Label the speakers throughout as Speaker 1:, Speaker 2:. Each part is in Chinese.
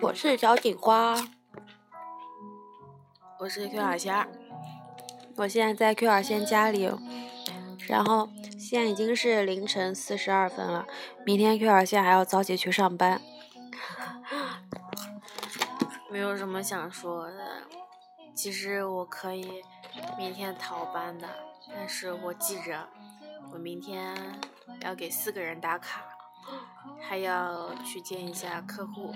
Speaker 1: 我是小警花，
Speaker 2: 我是 Q 小虾，
Speaker 1: 我现在在 Q 二仙家里，哦然后现在已经是凌晨四十二分了，明天 Q 二仙还要早起去上班。
Speaker 2: 没有什么想说的。其实我可以明天逃班的，但是我记着，我明天要给四个人打卡，还要去见一下客户。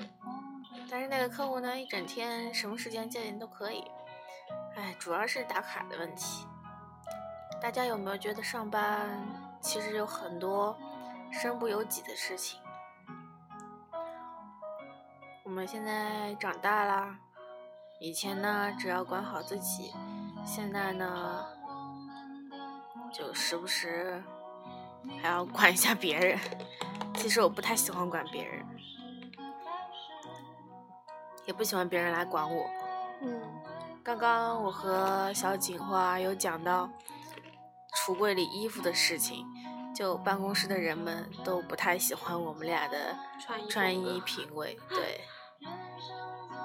Speaker 2: 但是那个客户呢，一整天什么时间见人都可以。哎，主要是打卡的问题。大家有没有觉得上班其实有很多身不由己的事情？我们现在长大啦，以前呢只要管好自己，现在呢就时不时还要管一下别人。其实我不太喜欢管别人，也不喜欢别人来管我。
Speaker 1: 嗯
Speaker 2: 刚刚我和小锦花有讲到橱柜里衣服的事情，就办公室的人们都不太喜欢我们俩的
Speaker 1: 穿衣
Speaker 2: 穿
Speaker 1: 风格
Speaker 2: 衣品味。对，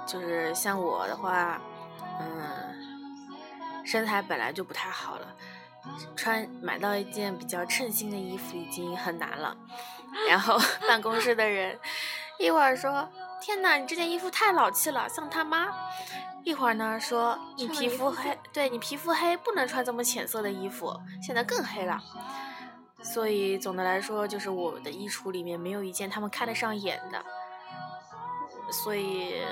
Speaker 2: 就是像我的话，嗯，身材本来就不太好了，穿买到一件比较称心的衣服已经很难了，然后 办公室的人一会儿说：“天哪，你这件衣服太老气了，像他妈。”一会儿呢说你
Speaker 1: 像
Speaker 2: 皮
Speaker 1: 你
Speaker 2: 肤
Speaker 1: 自
Speaker 2: 黑，对你皮肤黑不能穿这么浅色的衣服，显得更黑了。所以总的来说，就是我的衣橱里面没有一件他们看得上眼的，所以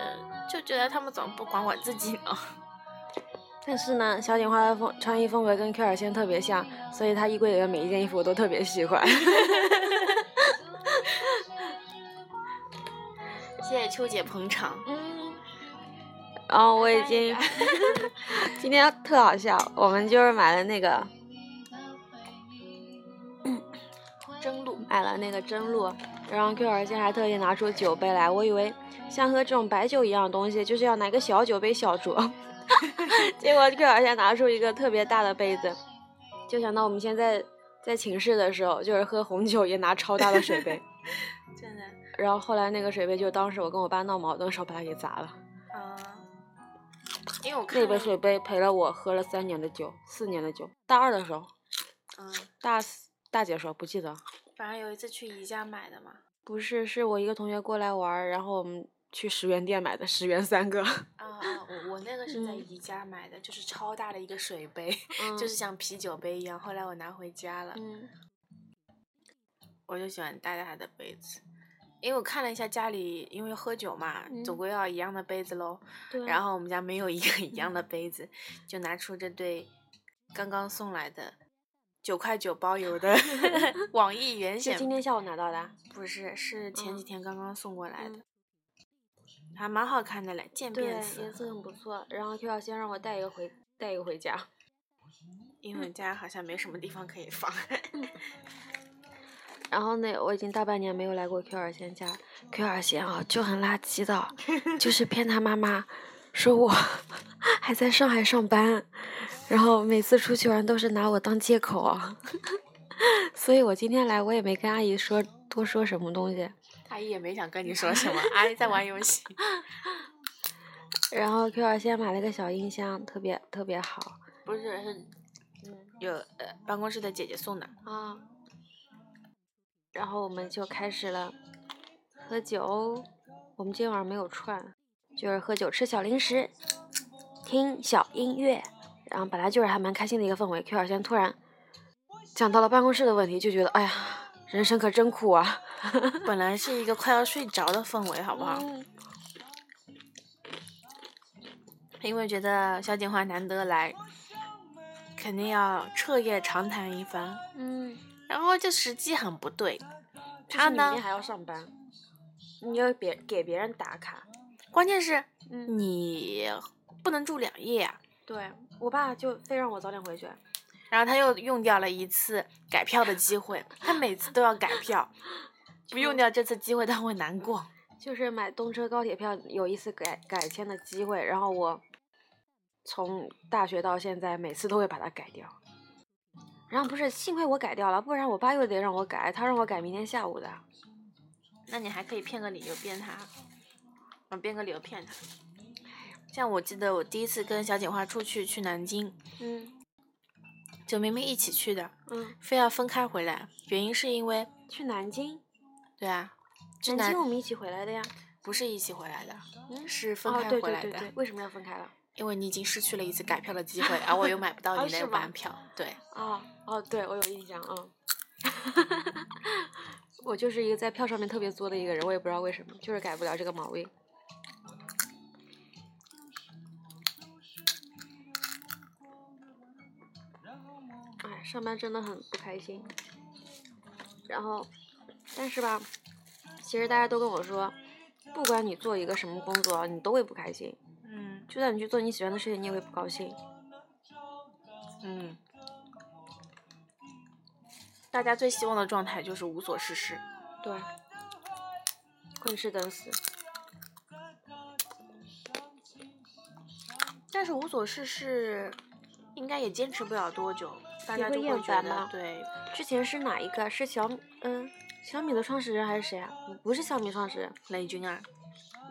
Speaker 2: 就觉得他们怎么不管我自己呢？
Speaker 1: 但是呢，小警花的风穿衣风格跟 Q 二仙特别像，所以她衣柜里的每一件衣服我都特别喜欢。
Speaker 2: 谢谢秋姐捧场。
Speaker 1: 嗯，然后我已经 今天特好笑，我们就是买了那个
Speaker 2: 真露，
Speaker 1: 买了那个真露，然后 Q 儿现在还特意拿出酒杯来，我以为像喝这种白酒一样的东西，就是要拿个小酒杯小酌， 结果 Q 儿现在拿出一个特别大的杯子，就想到我们现在在寝室的时候，就是喝红酒也拿超大的水杯，
Speaker 2: 真的
Speaker 1: 然后后来那个水杯就当时我跟我爸闹矛盾的时候把它给砸了，
Speaker 2: 啊、因为我看
Speaker 1: 那 杯
Speaker 2: 到
Speaker 1: 水杯陪了我喝了三年的酒，四年的酒，大二的时候，
Speaker 2: 嗯，
Speaker 1: 大四大姐说不记得，
Speaker 2: 反正有一次去宜家买的嘛。
Speaker 1: 不是，是我一个同学过来玩儿，然后我们去十元店买的，十元三个，
Speaker 2: 啊啊，我我那个是在
Speaker 1: 嗯
Speaker 2: 宜家买的，就是超大的一个水杯，
Speaker 1: 嗯
Speaker 2: 就是像啤酒杯一样。后来我拿回家了，
Speaker 1: 嗯，
Speaker 2: 我就喜欢大大的杯子，因为我看了一下家里，因为喝酒嘛，总
Speaker 1: 嗯
Speaker 2: 归要一样的杯子喽。
Speaker 1: 对嗯
Speaker 2: 然
Speaker 1: 后
Speaker 2: 后我们家没有一个 一样的杯子，就拿出这对刚刚送来的九块九包邮的 网 易严
Speaker 1: 是
Speaker 2: 选
Speaker 1: 今天下午拿到的啊，
Speaker 2: 不是，是前几天刚刚送过来的，
Speaker 1: 嗯
Speaker 2: 还蛮好看的嘞，渐
Speaker 1: 对，
Speaker 2: 变
Speaker 1: 颜
Speaker 2: 色。
Speaker 1: 色很不错。然后 Q 小仙让我带一个回，带一个回家。
Speaker 2: 因
Speaker 1: 嗯
Speaker 2: 为家好像没什么地方可以放。
Speaker 1: 然后呢，我已经大半年没有来过 Q 二仙家，Q 二仙啊就很垃圾的， 就是骗他妈妈说我 还在上海上班，然后每次出去玩都是拿我当借口啊， 所以我今天来我也没跟阿姨说多说什么东西。
Speaker 2: 阿姨也没想跟你说什么，阿姨在玩游戏。
Speaker 1: 然后 Q 二仙买了个小音箱，特别特别好
Speaker 2: 不是，是
Speaker 1: 嗯
Speaker 2: 有呃办公室的姐姐送的。
Speaker 1: 啊。然后我们就开始了喝酒，我们今天晚上没有串，就是喝酒吃小零食，听小音乐，然后本来就是还蛮开心的一个氛围。Q 二仙突然讲到了办公室的问题，就觉得哎呀，人生可真苦啊！
Speaker 2: 本来是一个快要睡着的氛围，好不好？
Speaker 1: 嗯
Speaker 2: 因为觉得小锦花难得来，肯定要彻夜长谈一番。
Speaker 1: 嗯，
Speaker 2: 然后就时机很不对，
Speaker 1: 他
Speaker 2: 他
Speaker 1: 明
Speaker 2: 呢
Speaker 1: 天还要上班，你要别给别人打卡。
Speaker 2: 关键是
Speaker 1: 嗯
Speaker 2: 你不能住两夜呀、
Speaker 1: 对我爸就非让我早点回去。
Speaker 2: 然后他又用掉了一次改票的机会，他每次都要改 票，不用掉这次机会他会难过。
Speaker 1: 就是买动车高铁票有一次改改签的机会，然后我从大学到现在每次都会把它改掉。然后不是，幸亏我改掉了，不然我爸又得让我改，他让我改明天下午的。
Speaker 2: 嗯那你还可以骗个理由变他，我编个理由骗他。像我记得我第一次跟小锦花出去去南京，
Speaker 1: 嗯
Speaker 2: 就明明一起去的，
Speaker 1: 嗯，
Speaker 2: 非要分开回来，原因是因为，
Speaker 1: 去南京，
Speaker 2: 对啊，去
Speaker 1: 南
Speaker 2: 南
Speaker 1: 京我们一起回来的呀。
Speaker 2: 不是一起回来的，
Speaker 1: 嗯
Speaker 2: 是分
Speaker 1: 哦，
Speaker 2: 开
Speaker 1: 对
Speaker 2: 回
Speaker 1: 对
Speaker 2: 来的，
Speaker 1: 对对，为什么要分开了？
Speaker 2: 因为你已经失去了一次改票的机 会，而我又买不到
Speaker 1: 哦
Speaker 2: 你那
Speaker 1: 是
Speaker 2: 个班
Speaker 1: 吗
Speaker 2: 票，对，
Speaker 1: 哦哦，对我有印象啊。嗯 我就是一个在票上面特别作的一个人，我也不知道为什么，就是改不了这个毛病。哎，上班真的很不开心。然后，但是吧，其实大家都跟我说，不管你做一个什么工作，啊你都会不开心。
Speaker 2: 嗯
Speaker 1: 就算你去做你喜欢的事情，你也会不高兴。
Speaker 2: 嗯。大家最希望的状态就是无所事事，
Speaker 1: 对，混吃等死。
Speaker 2: 但是无所事事应该也坚持不了多久，大
Speaker 1: 也
Speaker 2: 家
Speaker 1: 会
Speaker 2: 就
Speaker 1: 厌
Speaker 2: 会觉
Speaker 1: 烦
Speaker 2: 得
Speaker 1: 吧
Speaker 2: 对，
Speaker 1: 之前是哪一个？是小米嗯小米的创始人还是谁啊？不是小米创始人，
Speaker 2: 雷军啊，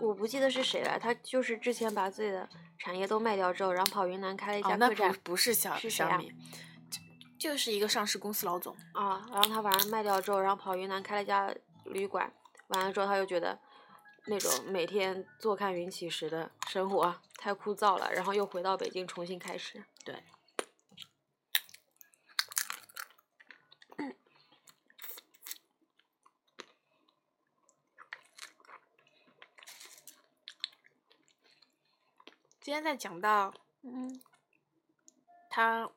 Speaker 1: 我不记得是谁了。他就是之前把自己的产业都卖掉之后，然后跑云南开了一
Speaker 2: 哦
Speaker 1: 家，
Speaker 2: 那
Speaker 1: 客栈
Speaker 2: 不不是小
Speaker 1: 是谁
Speaker 2: 小
Speaker 1: 啊
Speaker 2: 米，就就是一个上市公司老总，
Speaker 1: 啊然后他把它卖掉之后，然后跑云南开了一家旅馆。完了之后，他就觉得那种每天坐看云起时的生活啊太枯燥了，然后又回到北京重新开始。
Speaker 2: 对。今天在讲到
Speaker 1: 嗯
Speaker 2: 她，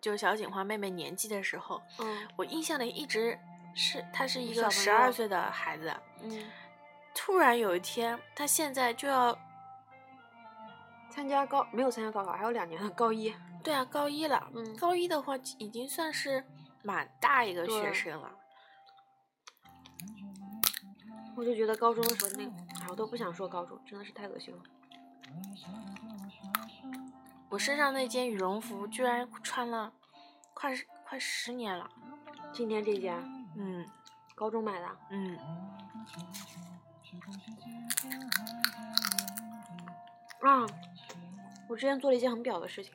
Speaker 2: 就是小锦花妹妹年纪的时候，
Speaker 1: 嗯
Speaker 2: 我印象里一直是她是一个
Speaker 1: 小
Speaker 2: 十
Speaker 1: 朋友
Speaker 2: 二岁的孩子，
Speaker 1: 嗯，
Speaker 2: 突然有一天，她现在就要
Speaker 1: 参加高没有参加高考，还有两年的高一。
Speaker 2: 对啊高一了，
Speaker 1: 嗯
Speaker 2: 高一的话已经算是蛮大一个学
Speaker 1: 对
Speaker 2: 生了。
Speaker 1: 我就觉得高中的时候那，哎，我都不想说高中，真的是太恶心了。
Speaker 2: 我身上那件羽绒服居然穿了快十快十年了，
Speaker 1: 今天这家
Speaker 2: 嗯
Speaker 1: 高中买的，
Speaker 2: 嗯，
Speaker 1: 啊，我之前做了一件很表的事情，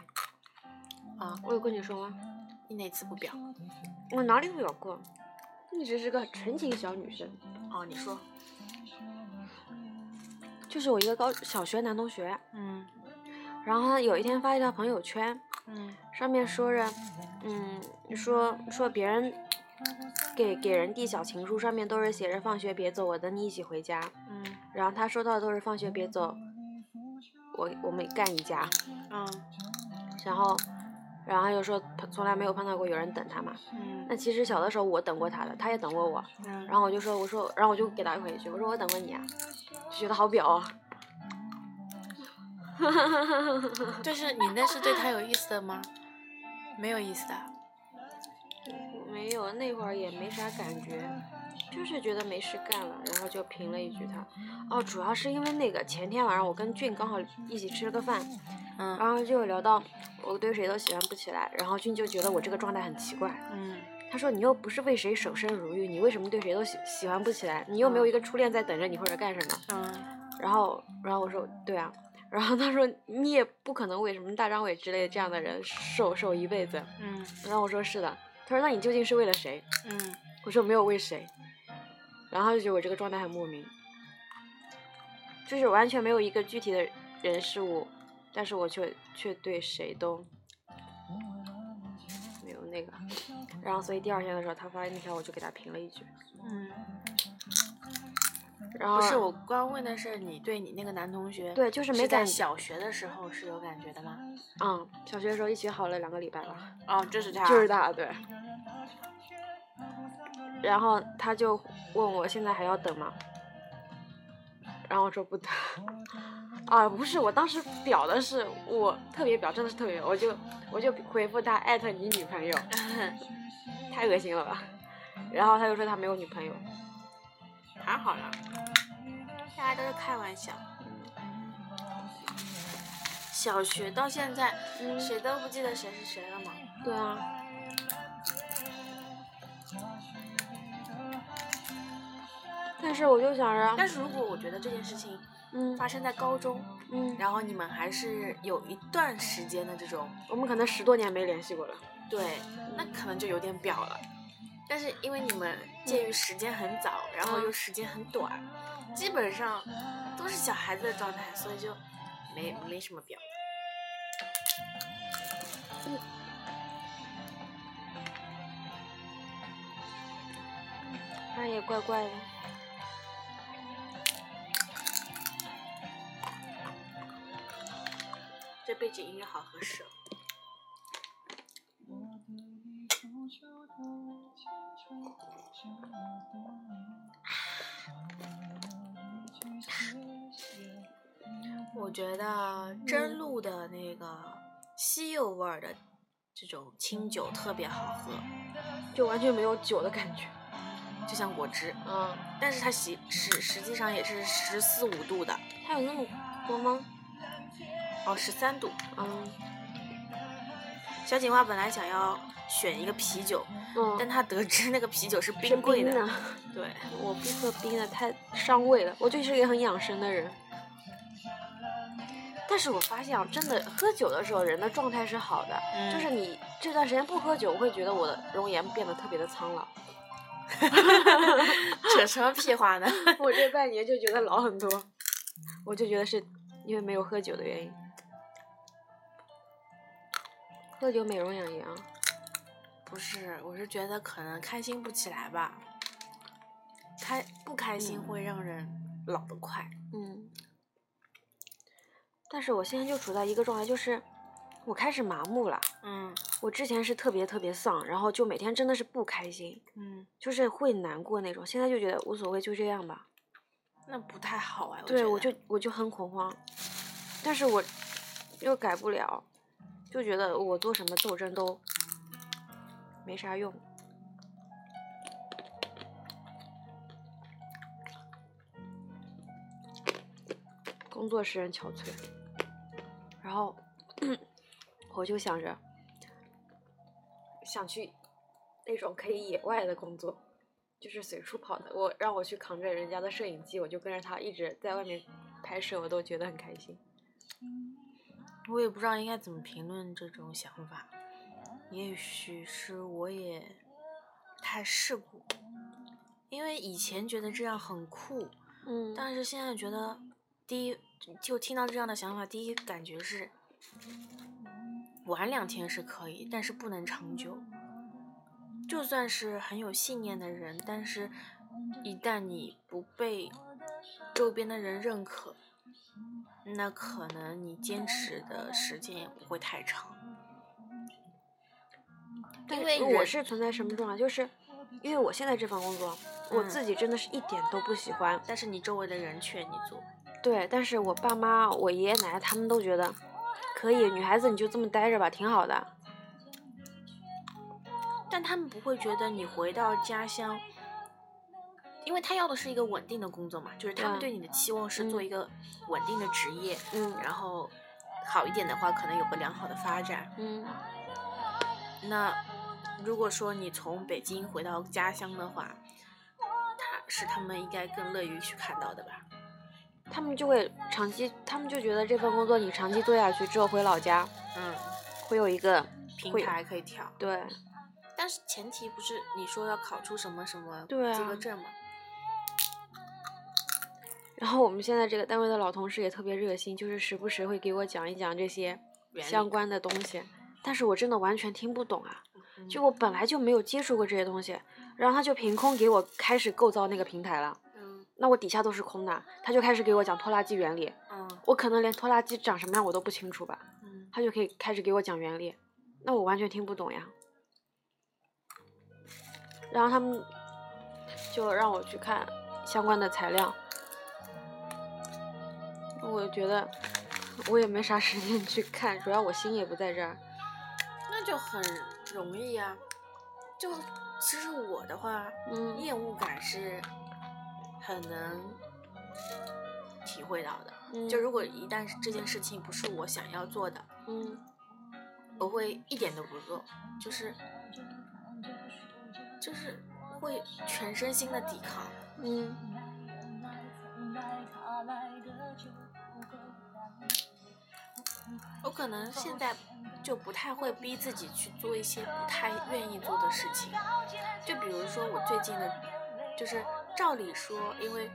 Speaker 2: 啊，
Speaker 1: 我有跟你说吗？
Speaker 2: 你哪次不表？
Speaker 1: 我哪里有过？一直是个纯情小女生，
Speaker 2: 哦，你说，
Speaker 1: 就是我一个高小学男同学，
Speaker 2: 嗯
Speaker 1: 然后他有一天发一条朋友圈，
Speaker 2: 嗯
Speaker 1: 上面说着，嗯，说说别人给给人递小情书，上面都是写着放学别走，我等你一起回家，
Speaker 2: 嗯
Speaker 1: 然后他收到的都是放学别走，我我们干一家。
Speaker 2: 嗯
Speaker 1: 然后，然后他就说从来没有碰到过有人等他嘛。那
Speaker 2: 嗯
Speaker 1: 其实小的时候我等过他的，他也等过我。
Speaker 2: 嗯，
Speaker 1: 然后我就说，我说，然后我就给他回一句，我说我等过你啊，就觉得好表啊。
Speaker 2: 但嗯是你那是对他有意思的吗？没有意思的，
Speaker 1: 没有，那会儿也没啥感觉，就是觉得没事干了，然后就评了一句他。哦，主要是因为那个前天晚上我跟俊刚好一起吃了个饭，
Speaker 2: 嗯
Speaker 1: 然后就有聊到我对谁都喜欢不起来，然后俊就觉得我这个状态很奇怪。
Speaker 2: 嗯
Speaker 1: 他说：“你又不是为谁守身如玉，你为什么对谁都喜喜欢不起来？你又没有一个初恋在等着你或者干什么
Speaker 2: 嗯？”
Speaker 1: 然后，然后我说：“对啊。”然后他说：“你也不可能为什么大张伟之类的这样的人守守一辈子。
Speaker 2: 嗯”
Speaker 1: 然后我说：“是的。”他说：“那你究竟是为了谁
Speaker 2: 嗯，？”
Speaker 1: 我说：“没有为谁。”然后他就觉得我这个状态很莫名，就是完全没有一个具体的人事物，但是我却却对谁都
Speaker 2: 哦
Speaker 1: 没有那个。然后所以第二天的时候，他发那条我就给他评了一句，
Speaker 2: 嗯，
Speaker 1: 然后
Speaker 2: 不是，我光问的是你对你那个男同学，
Speaker 1: 哦对，就是没
Speaker 2: 在
Speaker 1: 感
Speaker 2: 小学的时候是有感觉的吗？
Speaker 1: 嗯，小学的时候一起好了两个礼拜吧，
Speaker 2: 哦，就是他
Speaker 1: 就是他对。然后他就问我现在还要等吗？然后我说不等。 啊，不是，我当时表的是我特别表，真的是特别表，我就我就回复他艾特你女朋 友，太恶心了吧？然后他就说他没有女朋友，
Speaker 2: 还好啦，大家都是开玩笑。小学到现在，
Speaker 1: 嗯
Speaker 2: 谁都不记得谁是谁了嘛。
Speaker 1: 对啊。但是我就想着，
Speaker 2: 但是如果我觉得这件事情
Speaker 1: 嗯
Speaker 2: 发生在高中，
Speaker 1: 嗯，
Speaker 2: 然后你们还是有一段时间的这种，
Speaker 1: 我们可能十多年没联系过了。
Speaker 2: 对，那可能就有点表了。但是因为你们介于时间很早，然后又时间很短，基本上都是小孩子的状态，所以就没没什么表。
Speaker 1: 那也怪怪的。
Speaker 2: 这背景音乐好合适哦。我觉得真露的那个西柚味儿的这种清酒特别好喝，
Speaker 1: 就完全没有酒的感觉。
Speaker 2: 就像果汁，
Speaker 1: 嗯，
Speaker 2: 但是它实实实际上也是十四五度的，
Speaker 1: 它有那么多吗？
Speaker 2: 哦，十三度。
Speaker 1: 嗯
Speaker 2: 小锦蛙本来想要选一个啤酒，
Speaker 1: 嗯，
Speaker 2: 但他得知那个啤酒是
Speaker 1: 是
Speaker 2: 冰柜的，
Speaker 1: 的，
Speaker 2: 对，
Speaker 1: 我不喝冰的，太伤胃了。我就是一个很养生的人。但是我发现啊，真的喝酒的时候，人的状态是好的。
Speaker 2: 嗯
Speaker 1: 就是你这段时间不喝酒，我会觉得我的容颜变得特别的苍老。
Speaker 2: 扯什么屁话呢？
Speaker 1: 我这半年就觉得老很多，我就觉得是因为没有喝酒的原因。喝酒美容养颜啊，
Speaker 2: 不是，我是觉得可能开心不起来吧，开不开心会让人老得快。
Speaker 1: 嗯，但是我现在就处在一个状态，就是我开始麻木了。
Speaker 2: 嗯
Speaker 1: 我之前是特别特别丧，然后就每天真的是不开心，
Speaker 2: 嗯，
Speaker 1: 就是会难过那种。现在就觉得无所谓，就这样吧。
Speaker 2: 那不太好哎。
Speaker 1: 对，
Speaker 2: 觉
Speaker 1: 我
Speaker 2: 得
Speaker 1: 就我就很恐慌，但是我又改不了，就觉得我做什么斗争都没啥用。工作使人憔悴，然后 我就想着想去那种可以野外的工作，就是随处跑的。我让我去扛着人家的摄影机，我就跟着他一直在外面拍摄，我都觉得很开心。
Speaker 2: 我也不知道应该怎么评论这种想法，也许是我也太世故，因为以前觉得这样很酷，
Speaker 1: 嗯
Speaker 2: 但是现在觉得，第一就听到这样的想法，第一感觉是，玩两天是可以，但是不能长久。就算是很有信念的人，但是一旦你不被周边的人认可，那可能你坚持的时间也不会太长。
Speaker 1: 但
Speaker 2: 因为
Speaker 1: 我
Speaker 2: 人
Speaker 1: 是存在什么状态？就是因为我现在这份工作，我
Speaker 2: 嗯
Speaker 1: 自己真的是一点都不喜欢。
Speaker 2: 但是你周围的人劝你做，
Speaker 1: 对，但是我爸妈、我爷爷奶奶他们都觉得可以，女孩子你就这么待着吧，挺好的。
Speaker 2: 但他们不会觉得你回到家乡，因为他要的是一个稳定的工作嘛，就是他
Speaker 1: 嗯
Speaker 2: 们对你的期望是做
Speaker 1: 嗯
Speaker 2: 一个稳定的职业，
Speaker 1: 嗯
Speaker 2: 然后好一点的话，可能有个良好的发展。
Speaker 1: 嗯
Speaker 2: 那如果说你从北京回到家乡的话，他是他们应该更乐于去看到的吧？
Speaker 1: 他们就会长期，他们就觉得这份工作你长期做下去之后回老家
Speaker 2: 嗯，
Speaker 1: 会有一个
Speaker 2: 平
Speaker 1: 会
Speaker 2: 台可以跳，
Speaker 1: 对，
Speaker 2: 但是前提不是你说要考出什么什么
Speaker 1: 对
Speaker 2: 资
Speaker 1: 啊
Speaker 2: 格证嘛？
Speaker 1: 然后我们现在这个单位的老同事也特别热心，就是时不时会给我讲一讲这些
Speaker 2: 原理
Speaker 1: 相关的东西，但是我真的完全听不懂啊！
Speaker 2: 嗯
Speaker 1: 就我本来就没有接触过这些东西，然后他就凭空给我开始构造那个平台了。
Speaker 2: 嗯
Speaker 1: 那我底下都是空的，他就开始给我讲拖拉机原理，
Speaker 2: 嗯
Speaker 1: 我可能连拖拉机长什么样我都不清楚吧，
Speaker 2: 嗯，
Speaker 1: 他就可以开始给我讲原理，那我完全听不懂呀。然后他们就让我去看相关的材料，我觉得我也没啥时间去看，主要我心也不在这儿。
Speaker 2: 那就很容易呀、就其实我的话，
Speaker 1: 嗯
Speaker 2: 厌恶感是很能体会到的。
Speaker 1: 嗯
Speaker 2: 就如果一旦这件事情不是我想要做的，
Speaker 1: 嗯
Speaker 2: 我会一点都不做，就是就是会全身心的抵抗。
Speaker 1: 嗯，
Speaker 2: 我可能现在就不太会逼自己去做一些不太愿意做的事情，就比如说我最近的，就是照理说，因为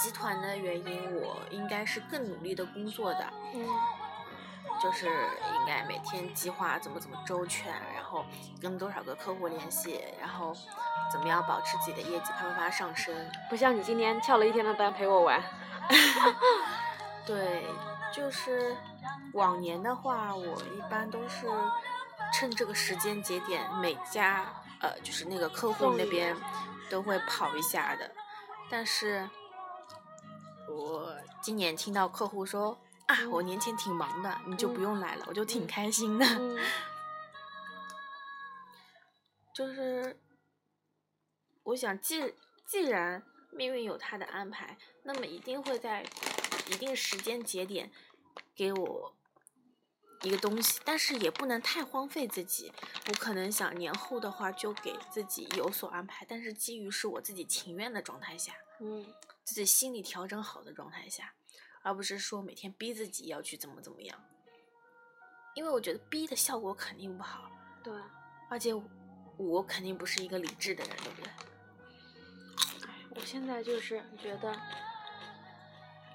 Speaker 2: 集团的原因，我应该是更努力的工作的，
Speaker 1: 嗯
Speaker 2: 就是应该每天计划怎么怎么周全，然后跟多少个客户联系，然后怎么样保持自己的业绩啪啪啪上升。
Speaker 1: 不像你今天翘了一天的班陪我玩。
Speaker 2: 对，就是往年的话，我一般都是趁这个时间节点，每家呃就是那个客户
Speaker 1: 送
Speaker 2: 那
Speaker 1: 礼
Speaker 2: 边都会跑一下的。但是，我今年听到客户说啊，我年前挺忙的，你就不
Speaker 1: 嗯
Speaker 2: 用来了，我就挺
Speaker 1: 嗯
Speaker 2: 开心的。
Speaker 1: 嗯
Speaker 2: 就是我想既，既然命运有它的安排，那么一定会在一定时间节点给我一个东西，但是也不能太荒废自己。我可能想年后的话，就给自己有所安排，但是基于是我自己情愿的状态下，
Speaker 1: 嗯
Speaker 2: 自己心理调整好的状态下，而不是说每天逼自己要去怎么怎么样，因为我觉得逼的效果肯定不好。
Speaker 1: 对，
Speaker 2: 而且我我肯定不是一个理智的人，对不对？
Speaker 1: 我现在就是觉得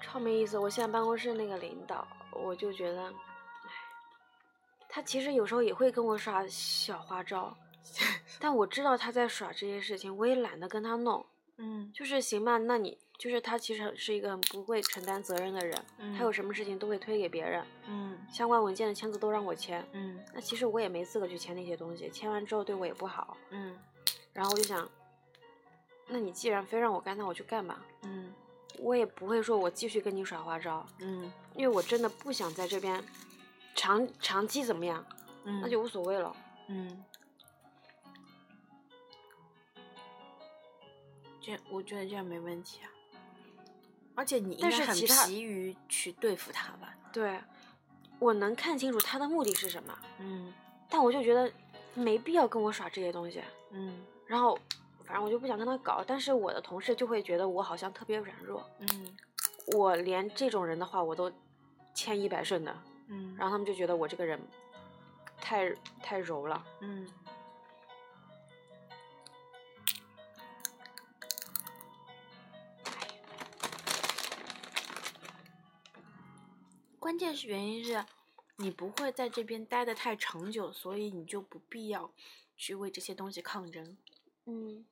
Speaker 1: 超没意思。我现在办公室那个领导，我就觉得，唉，他其实有时候也会跟我耍小花招，但我知道他在耍这些事情，我也懒得跟他弄。
Speaker 2: 嗯
Speaker 1: 就是行吧，那你就是他其实是一个很不会承担责任的人，
Speaker 2: 嗯
Speaker 1: 他有什么事情都会推给别人，
Speaker 2: 嗯
Speaker 1: 相关文件的签字都让我签。
Speaker 2: 嗯
Speaker 1: 那其实我也没资格去签那些东西，签完之后对我也不好。
Speaker 2: 嗯
Speaker 1: 然后我就想，那你既然非让我干，那我去干吧。
Speaker 2: 嗯
Speaker 1: 我也不会说我继续跟你耍花招，
Speaker 2: 嗯
Speaker 1: 因为我真的不想在这边长长期怎么样，
Speaker 2: 嗯，
Speaker 1: 那就无所谓了。
Speaker 2: 嗯。这我觉得这样没问题啊，而且你应
Speaker 1: 但
Speaker 2: 该
Speaker 1: 是
Speaker 2: 很
Speaker 1: 其他
Speaker 2: 疲于去对付他吧？
Speaker 1: 对，我能看清楚他的目的是什么，
Speaker 2: 嗯
Speaker 1: 但我就觉得没必要跟我耍这些东西。
Speaker 2: 嗯
Speaker 1: 然后，反正我就不想跟他搞，但是我的同事就会觉得我好像特别软弱，
Speaker 2: 嗯
Speaker 1: 我连这种人的话我都千依百顺的。
Speaker 2: 嗯，
Speaker 1: 然后他们就觉得我这个人太太柔了。
Speaker 2: 嗯，关键是原因是，你不会在这边待的太长久，所以你就不必要去为这些东西抗争。
Speaker 1: 嗯，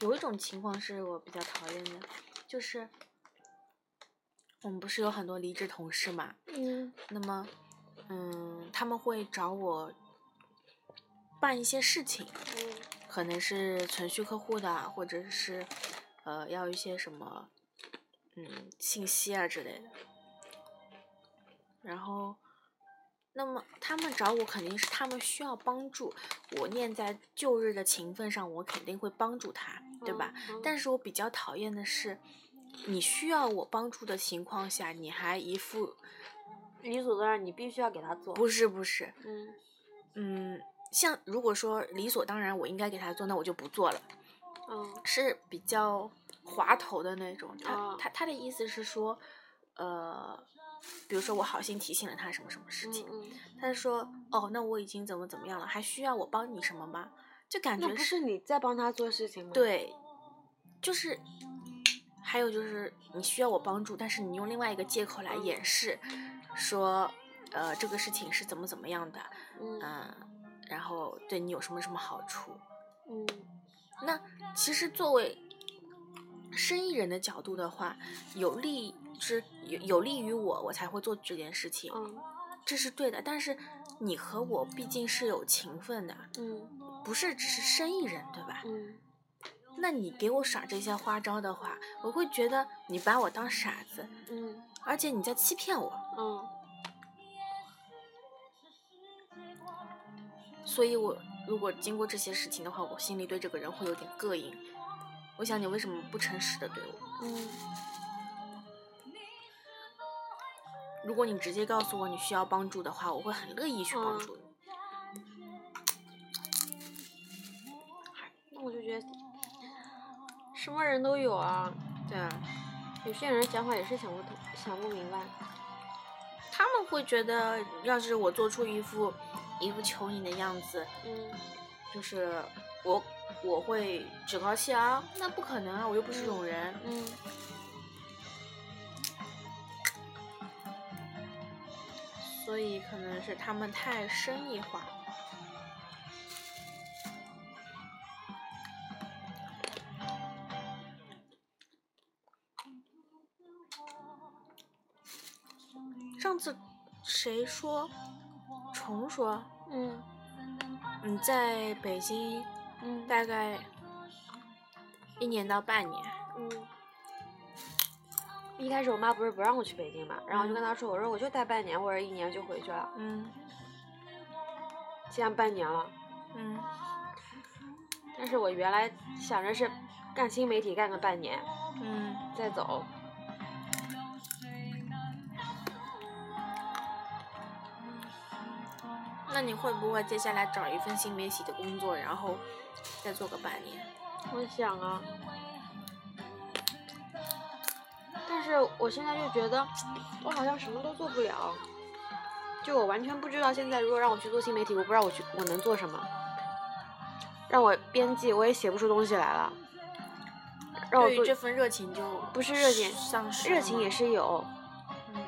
Speaker 2: 有一种情况是我比较讨厌的，就是我们不是有很多离职同事嘛，
Speaker 1: 嗯
Speaker 2: 那么，嗯，他们会找我办一些事情，
Speaker 1: 嗯
Speaker 2: 可能是存续客户的，啊或者是呃要一些什么，嗯，信息啊之类的。然后，那么他们找我肯定是他们需要帮助，我念在旧日的情分上，我肯定会帮助他，对吧？？
Speaker 1: 嗯
Speaker 2: 但是我比较讨厌的是，你需要我帮助的情况下，你还一副
Speaker 1: 理所当然，你必须要给他做。
Speaker 2: 不是不是，
Speaker 1: 嗯
Speaker 2: 嗯，像如果说理所当然我应该给他做，那我就不做了，
Speaker 1: 嗯
Speaker 2: 是比较滑头的那种。他、
Speaker 1: 哦
Speaker 2: 他他的意思是说，呃，比如说我好心提醒了他什么什么事情，
Speaker 1: 嗯，
Speaker 2: 他说哦，那我已经怎么怎么样了，还需要我帮你什么吗？就感
Speaker 1: 那
Speaker 2: 觉
Speaker 1: 不是你在帮他做事情吗？，
Speaker 2: 对，就是。还有就是，你需要我帮助，但是你用另外一个借口来
Speaker 1: 嗯
Speaker 2: 掩饰，说，呃，这个事情是怎么怎么样的，
Speaker 1: 嗯
Speaker 2: 嗯，然后对你有什么什么好处？
Speaker 1: 嗯
Speaker 2: 那其实作为生意人的角度的话，有利之有有利于我，我才会做这件事情，
Speaker 1: 嗯
Speaker 2: 这是对的。但是你和我毕竟是有情分的，
Speaker 1: 嗯
Speaker 2: 不是只是生意人，对吧？
Speaker 1: 嗯，
Speaker 2: 那你给我耍这些花招的话，我会觉得你把我当傻子，
Speaker 1: 嗯
Speaker 2: 而且你在欺骗我。
Speaker 1: 嗯
Speaker 2: 所以我如果经过这些事情的话，我心里对这个人会有点膈应，我想你为什么不诚实的对我？
Speaker 1: 嗯
Speaker 2: 如果你直接告诉我你需要帮助的话，我会很乐意去帮
Speaker 1: 嗯
Speaker 2: 助你。
Speaker 1: 那我就觉得什么人都有啊，
Speaker 2: 对啊，
Speaker 1: 有些人想法也是想不通、想不明白。
Speaker 2: 他们会觉得，要是我做出一副一副求你的样子，
Speaker 1: 嗯
Speaker 2: 就是我我会趾高气昂，那不可能啊！我又不是这种人。
Speaker 1: 嗯，
Speaker 2: 所以可能是他们太生意化。上次谁说？虫说
Speaker 1: 嗯
Speaker 2: 你在北京
Speaker 1: 嗯
Speaker 2: 大概一年到半年，
Speaker 1: 嗯。一开始我妈不是不让我去北京嘛，然后我就跟她说，我说我就待半年或者一年就回去了，
Speaker 2: 嗯
Speaker 1: 现在半年了。
Speaker 2: 嗯
Speaker 1: 但是我原来想着是干新媒体干个半年
Speaker 2: 嗯，
Speaker 1: 再走，
Speaker 2: 那你会不会接下来找一份新媒体的工作，然后再做个半年？
Speaker 1: 我想啊，但是我现在就觉得我好像什么都做不了，就我完全不知道现在如果让我去做新媒体，我不知道我去我能做什么。让我编辑，我也写不出东西来了。让我
Speaker 2: 对
Speaker 1: 做
Speaker 2: 于这份热情就
Speaker 1: 哦不是热情
Speaker 2: 丧失
Speaker 1: 热
Speaker 2: 了
Speaker 1: 情
Speaker 2: 吗
Speaker 1: 也，是有，
Speaker 2: 嗯，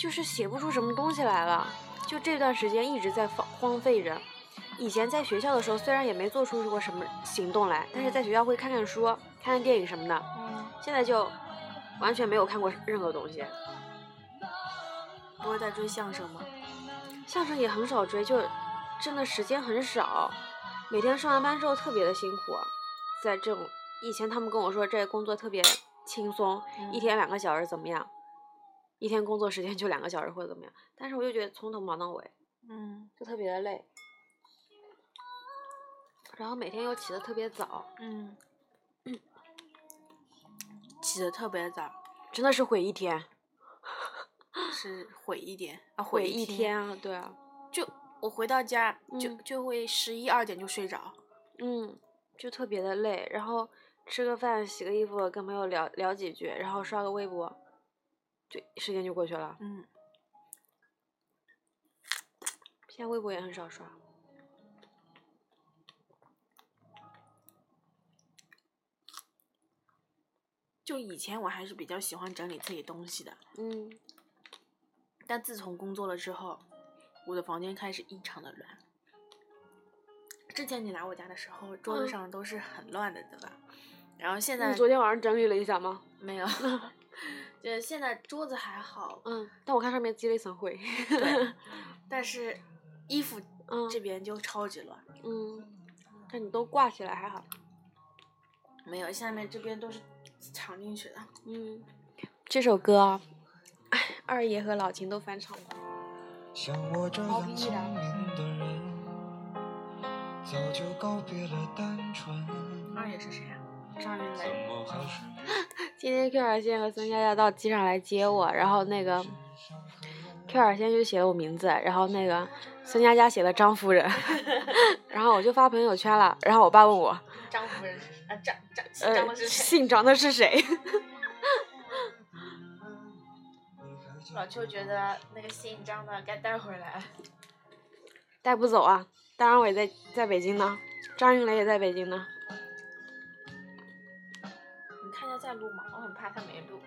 Speaker 1: 就是写不出什么东西来了。就这段时间一直在荒荒废着。以前在学校的时候，虽然也没做出过什么行动来，但是在学校会看看书、看看电影什么的。
Speaker 2: 嗯，
Speaker 1: 现在就完全没有看过任何东西，
Speaker 2: 不会再追相声吗？
Speaker 1: 相声也很少追，就真的时间很少。每天上完班之后特别的辛苦，在这种以前他们跟我说这工作特别轻松，
Speaker 2: 嗯
Speaker 1: 一天两个小时怎么样？一天工作时间就两个小时或者怎么样？但是我就觉得从头忙到尾，
Speaker 2: 嗯
Speaker 1: 就特别的累。然后每天又起得特别早，
Speaker 2: 嗯，起得特别早，
Speaker 1: 真的是毁一天，
Speaker 2: 是毁一点啊，
Speaker 1: 毁
Speaker 2: 一
Speaker 1: 一天啊！对啊，
Speaker 2: 就我回到家就、
Speaker 1: 嗯
Speaker 2: 就会十一二点就睡着，
Speaker 1: 嗯，就特别的累，然后吃个饭、洗个衣服，跟朋友聊聊几句，然后刷个微博，就时间就过去了。
Speaker 2: 嗯，
Speaker 1: 现在微博也很少刷。
Speaker 2: 就以前我还是比较喜欢整理自己东西的，
Speaker 1: 嗯
Speaker 2: 但自从工作了之后，我的房间开始异常的乱。之前你来我家的时候，桌子
Speaker 1: 嗯
Speaker 2: 上都是很乱的，对吧？然后现在
Speaker 1: 你昨天晚上整理了一下吗？
Speaker 2: 没 有，就是现在桌子还好，
Speaker 1: 嗯，但我看上面积了一层灰。
Speaker 2: 对但是衣服
Speaker 1: 嗯
Speaker 2: 这边就超级乱，
Speaker 1: 嗯，但你都挂起来还好。
Speaker 2: 没有，下面这边都是藏进去的。
Speaker 1: 嗯，这首歌，哎，二爷和老秦都翻唱过。
Speaker 3: 像我这
Speaker 1: 毛
Speaker 3: 样
Speaker 1: 不易
Speaker 3: 聪
Speaker 1: 的
Speaker 3: 明的人，早就告别了单纯，
Speaker 2: 二爷是谁啊？张云
Speaker 3: 怎
Speaker 2: 雷。
Speaker 3: 么还是
Speaker 1: 今天 Q 二仙和孙佳佳到机场来接我，然后那个 Q 二仙就写了我名字，然后那个孙佳佳写了张夫人， 然后我就发朋友圈了，然后我爸问我，
Speaker 2: 张夫人是啊，张张姓张
Speaker 1: 呃，
Speaker 2: 的是谁？
Speaker 1: 姓张的是谁？
Speaker 2: 老邱觉得那个姓张的该带回来。
Speaker 1: 带不走啊，当然我也在在北京呢，张云雷也在北京呢，
Speaker 2: 你看一下在录吗？我很怕他没录。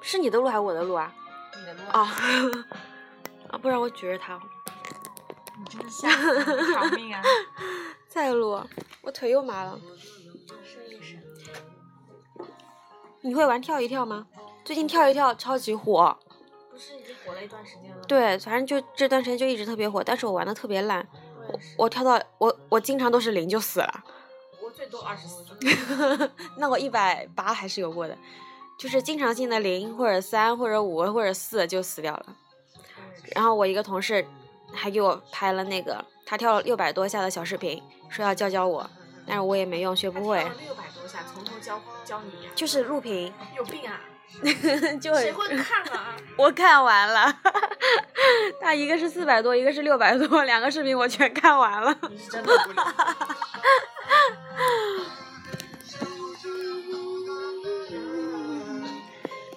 Speaker 1: 是你的路还是我的路啊？
Speaker 2: 你的录
Speaker 1: 啊， 啊，不然我举着他，
Speaker 2: 你真的吓死我了偿命啊！
Speaker 1: 再录，我腿又麻了。
Speaker 2: 试嗯一试。
Speaker 1: 你会玩跳一跳吗？最近跳一跳超级火。
Speaker 2: 不是已经火了一段时间了吗？
Speaker 1: 对，反正就这段时间就一直特别火，但是我玩的特别烂，
Speaker 2: 我也是，
Speaker 1: 我跳到我我经常都是零就死了，
Speaker 2: 我最多二十四。
Speaker 1: 那我一百八还是有过的，就是经常性的零或者三或者五或者四就死掉了。
Speaker 2: 哎
Speaker 1: 然后我一个同事还给我拍了那个他跳了六百多下的小视频，说要教教我，但哎是我也没用，学不会，
Speaker 2: 六百多下，从头教教你呀，
Speaker 1: 就是录屏，
Speaker 2: 有病啊！
Speaker 1: 就很
Speaker 2: 谁会看啊？
Speaker 1: 我看完了，它一个是四百多，一个是六百多，两个视频我全看完了。
Speaker 2: 你是真的无聊。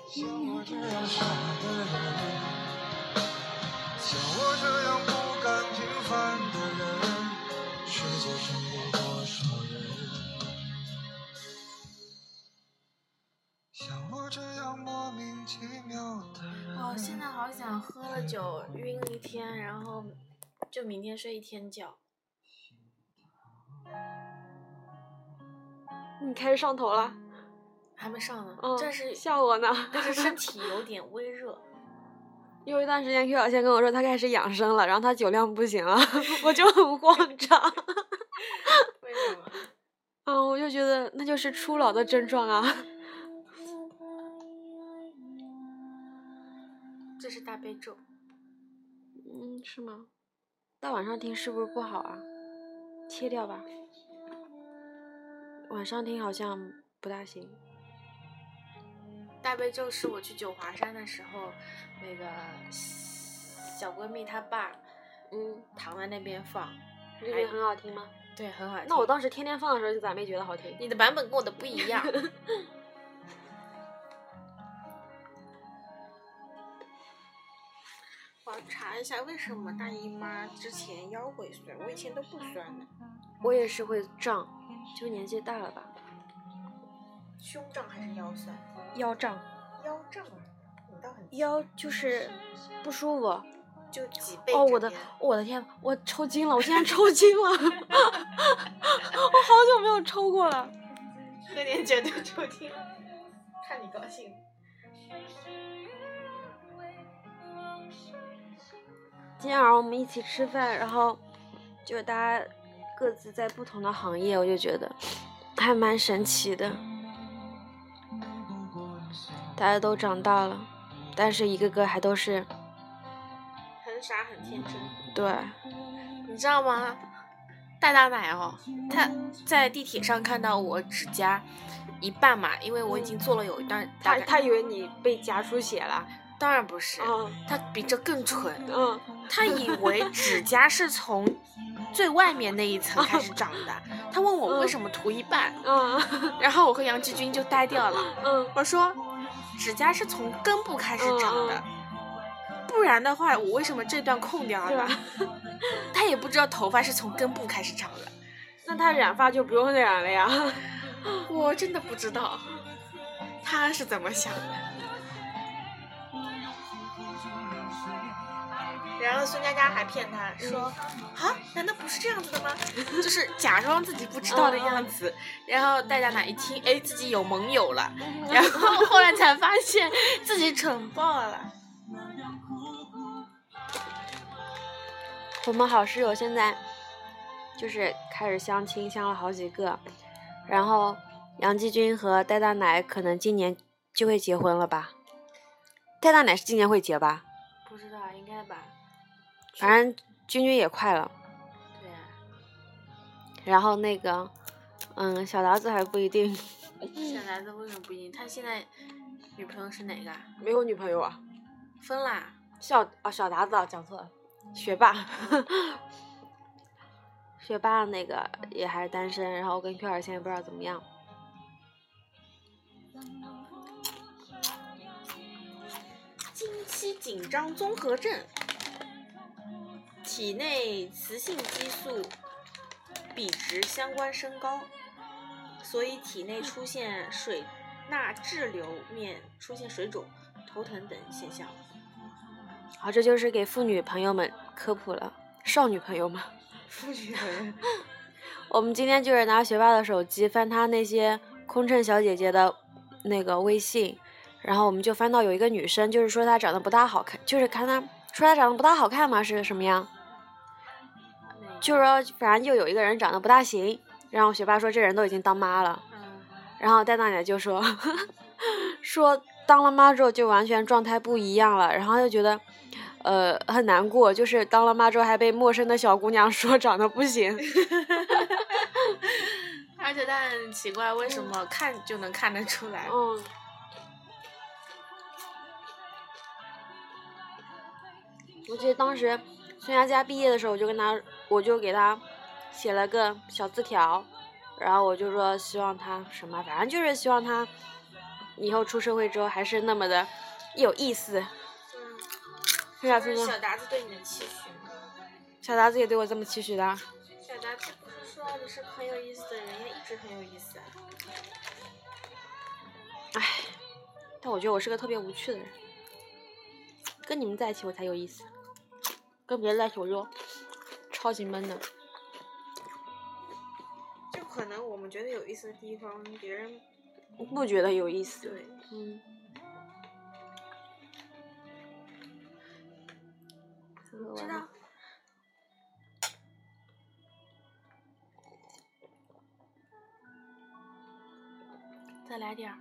Speaker 3: 像我这样傻的人，像我这样不甘平凡的人，世界上有多少人？像我这样莫名其妙的人。
Speaker 2: 哦，现在好想喝了酒晕一天，然后就明天睡一天觉。
Speaker 1: 你开始上头了，
Speaker 2: 还没上呢，
Speaker 1: 嗯，
Speaker 2: 但是
Speaker 1: 吓我呢。
Speaker 2: 但是身体有点微热。
Speaker 1: 有一段时间，Q 小仙跟我说他开始养生了，然后他酒量不行了， 我就很 慌张。
Speaker 2: 为什么？
Speaker 1: 嗯，我就觉得那就是初老的症状啊。
Speaker 2: 这是大悲咒。
Speaker 1: 嗯，是吗？到晚上听是不是不好啊？切掉吧。晚上听好像不大行。
Speaker 2: 大悲咒是我去九华山的时候，那个小闺蜜她爸
Speaker 1: 嗯，
Speaker 2: 躺在那边放，
Speaker 1: 这
Speaker 2: 哎
Speaker 1: 边很好哎听吗？
Speaker 2: 对，很好听。
Speaker 1: 那我当时天天放的时候，就咋没觉得好听？
Speaker 2: 你的版本跟我的不一样。 我要查一下为什么大姨妈之前腰会酸，我以前都不酸的，
Speaker 1: 我也是会胀，就年纪大了吧，
Speaker 2: 胸胀还是腰酸？
Speaker 1: 腰胀，
Speaker 2: 腰胀啊，你倒很
Speaker 1: 腰就是不舒服。
Speaker 2: 就脊背
Speaker 1: 哦，
Speaker 2: 这
Speaker 1: 我的
Speaker 2: 边
Speaker 1: 我的天，我抽筋了，我竟然抽筋了，我 好久没有抽过了。
Speaker 2: 喝点酒就抽筋，看你高兴。
Speaker 1: 今天晚上我们一起吃饭，然后就是大家各自在不同的行业，我就觉得还蛮神奇的。大家都长大了，但是一个个还都是
Speaker 2: 很傻很天真。
Speaker 1: 对，
Speaker 2: 你知道吗？大大奶哦，他在地铁上看到我指甲一半嘛，因为我已经做了有一段大
Speaker 1: 他
Speaker 2: 概，
Speaker 1: 他以为你被夹出血了，
Speaker 2: 当然不是，
Speaker 1: 嗯
Speaker 2: 他比这更蠢，
Speaker 1: 嗯，
Speaker 2: 他以为指甲是从最外面那一层开始长的，他问我为什么涂一半，
Speaker 1: 嗯
Speaker 2: 然后我和杨志军就呆掉了，
Speaker 1: 嗯
Speaker 2: 我说指甲是从根部开始长的，不然的话我为什么这段空掉
Speaker 1: 嗯对啊
Speaker 2: 了
Speaker 1: 吧
Speaker 2: 呢？ 他也不知道头发是从根部开始长的。
Speaker 1: 那他染发就不用染了呀。
Speaker 2: 我真的不知道他是怎么想的。然后孙佳佳还骗他说：“啊，难道不是这样子的吗？”就是假装自己不知道的样子。然后戴佳奶一听，哎，自己有盟友了。 然后后来才发现自己蠢爆了。
Speaker 1: 我们好室友现在就是开始相亲，相了好几个，然后杨继军和戴大奶可能今年就会结婚了吧？戴大奶是今年会结吧？
Speaker 2: 不知道，应该吧？
Speaker 1: 反正君君也快了，
Speaker 2: 对啊，
Speaker 1: 然后那个，嗯，小达子还不一定
Speaker 2: 小来子为什么不一定？他现在女朋友是哪个啊？
Speaker 1: 没有女朋友啊。
Speaker 2: 分啦？
Speaker 1: 小啊，小达子啊讲错了，学霸， 学霸那个也还是单身，然后我跟 Q 儿现在不知道怎么样。
Speaker 2: 经期紧张综合症，体内雌性激素比值相关升高，所以体内出现水钠滞留面出现水肿、头疼等现象。
Speaker 1: 好，这就是给妇女朋友们科普了，少女朋友们。
Speaker 2: 妇女人
Speaker 1: 我们今天就是拿学霸的手机翻她那些空乘小姐姐的那个微信，然后我们就翻到有一个女生，就是说她长得不大好看，就是看她说她长得不大好看嘛，是什么样？就是说反正就有一个人长得不大行，然后学霸说这人都已经当妈了，
Speaker 2: 嗯，
Speaker 1: 然后戴大奶就说 说当了妈之后就完全状态不一样了，然后就觉得呃很难过，就是当了妈之后还被陌生的小姑娘说长得不行。
Speaker 2: 而且他很奇怪，为什么看就能看得出来？
Speaker 1: 嗯，我记得当时孙佳佳毕业的时候，我就跟他，我就给他写了个小字条，然后我就说希望他什么，反正就是希望他以后出社会之后还是那么的有意思。是啥
Speaker 2: 这
Speaker 1: 孙
Speaker 2: 是
Speaker 1: 佳？
Speaker 2: 达子对你的期许吗？
Speaker 1: 小达子也对我这么期许的啊。
Speaker 2: 小达子不是说你是很有意思的人，也一直很有意思啊。
Speaker 1: 唉，但我觉得我是个特别无趣的人，跟你们在一起我才有意思，跟别人在一起我就超级闷的。
Speaker 2: 就可能我们觉得有意思的地方，别人
Speaker 1: 不觉得有意思。
Speaker 2: 对。
Speaker 1: 嗯。
Speaker 2: 知道。再来点儿。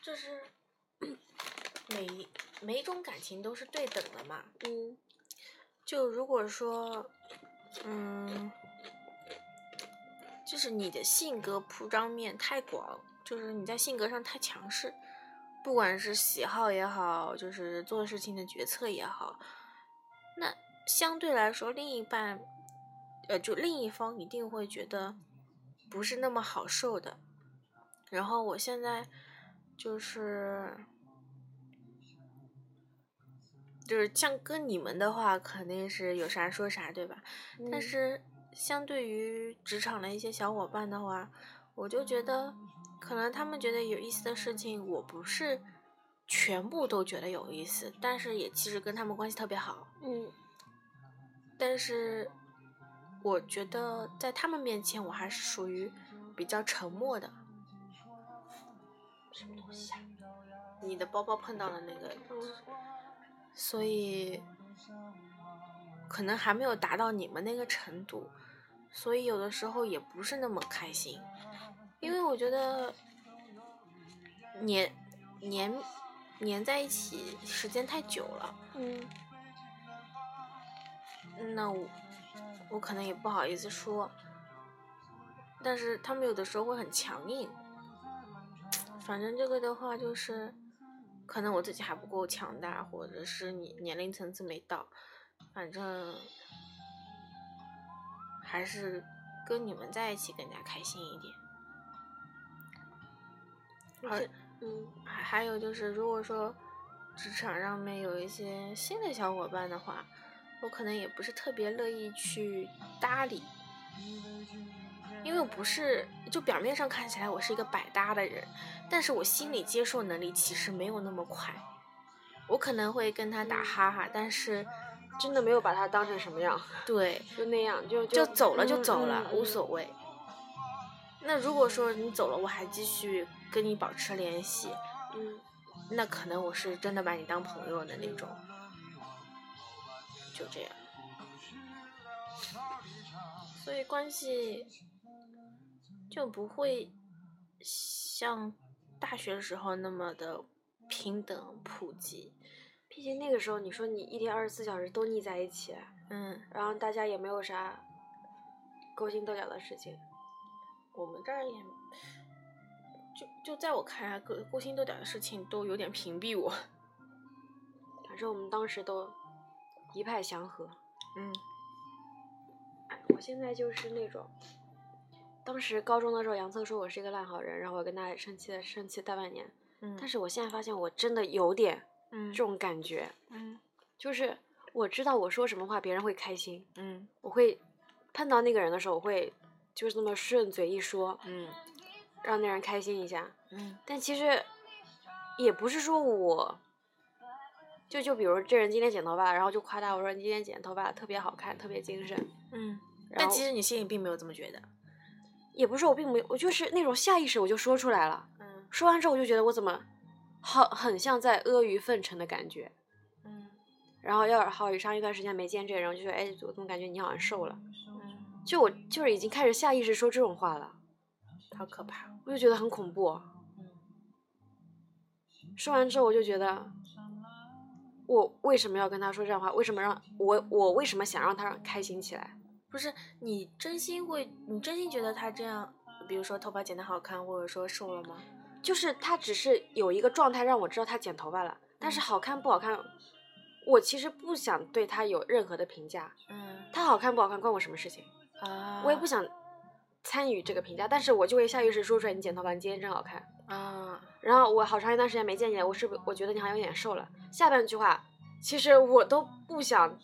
Speaker 2: 就是每一每一种感情都是对等的嘛。
Speaker 1: 嗯
Speaker 2: 就如果说，嗯，就是你的性格铺张面太广，就是你在性格上太强势，不管是喜好也好，就是做事情的决策也好，那相对来说，另一半，呃，就另一方一定会觉得不是那么好受的。然后我现在就是就是像跟你们的话，肯定是有啥说啥，对吧？但
Speaker 1: 嗯
Speaker 2: 是相对于职场的一些小伙伴的话，我就觉得，可能他们觉得有意思的事情，我不是全部都觉得有意思，但是也其实跟他们关系特别好。
Speaker 1: 嗯
Speaker 2: 但是我觉得在他们面前，我还是属于比较沉默的。什么东西啊？嗯你的包包碰到了那个，所以可能还没有达到你们那个程度，所以有的时候也不是那么开心，因为我觉得黏黏黏在一起时间太久了。嗯
Speaker 1: 嗯
Speaker 2: 那我我可能也不好意思说，但是他们有的时候会很强硬。反正这个的话就是，可能我自己还不够强大，或者是你年龄层次没到，反正还是跟你们在一起更加开心一点。而
Speaker 1: 嗯
Speaker 2: 还还有就是，如果说职场上面有一些新的小伙伴的话，我可能也不是特别乐意去搭理，因为我不是就表面上看起来我是一个百搭的人，但是我心理接受能力其实没有那么快，我可能会跟他打哈哈，但是
Speaker 1: 真的没有把他当成什么样，
Speaker 2: 对，
Speaker 1: 就那样，就嗯
Speaker 2: 就走了就走了，无所
Speaker 1: 谓。
Speaker 2: 谓。那如果说你走了，我还继续跟你保持联系，
Speaker 1: 嗯
Speaker 2: 那可能我是真的把你当朋友的那种，就这样。所以关系就不会像大学时候那么的平等普及。
Speaker 1: 毕竟那个时候，你说你一天二十四小时都腻在一起，
Speaker 2: 嗯，
Speaker 1: 然后大家也没有啥勾心斗角的事情。
Speaker 2: 我们这儿也就就在我看来，勾勾心斗角的事情都有点屏蔽我。
Speaker 1: 反正我们当时都一派祥和。
Speaker 2: 嗯
Speaker 1: 哎我现在就是那种，当时高中的时候，杨策说我是一个烂好人，然后我跟他生气了，生气大半年。
Speaker 2: 嗯
Speaker 1: 但是我现在发现，我真的有点
Speaker 2: 嗯
Speaker 1: 这种感觉，
Speaker 2: 嗯
Speaker 1: 就是我知道我说什么话别人会开心，
Speaker 2: 嗯
Speaker 1: 我会碰到那个人的时候，我会就是这么顺嘴一说，
Speaker 2: 嗯
Speaker 1: 让那人开心一下。
Speaker 2: 嗯
Speaker 1: 但其实也不是说我，就就比如这人今天剪头发，然后就夸他，我说你今天剪头发特别好看，特别精神。
Speaker 2: 嗯。
Speaker 1: 然
Speaker 2: 但
Speaker 1: 后
Speaker 2: 其实你心里并没有这么觉得。
Speaker 1: 也不是我并没有，我就是那种下意识我就说出来了。
Speaker 2: 嗯
Speaker 1: 说完之后我就觉得我怎么好很像在阿谀奉承的感觉。
Speaker 2: 嗯
Speaker 1: 然后要是好上一段时间没见这个人，我就觉得哎，我怎么感觉你好像瘦了？
Speaker 2: 嗯，
Speaker 1: 就我就是已经开始下意识说这种话了，
Speaker 2: 好可怕。
Speaker 1: 我就觉得很恐怖。
Speaker 2: 嗯
Speaker 1: 说完之后我就觉得，我为什么要跟他说这样的话？为什么让我我为什么想让他开心起来？
Speaker 2: 不是你真心会，你真心觉得他这样，比如说头发剪得好看，或者说瘦了吗？
Speaker 1: 就是他只是有一个状态让我知道他剪头发了，但是好看不好看，我其实不想对他有任何的评价。
Speaker 2: 嗯
Speaker 1: 他好看不好看关我什么事情？
Speaker 2: 啊，
Speaker 1: 我也不想参与这个评价，但是我就会下意识说出来，你剪头发，你今天真好看。
Speaker 2: 啊，
Speaker 1: 然后我好长一段时间没见你了，我是不我觉得你好像有点瘦了。下半句话，其实我都不想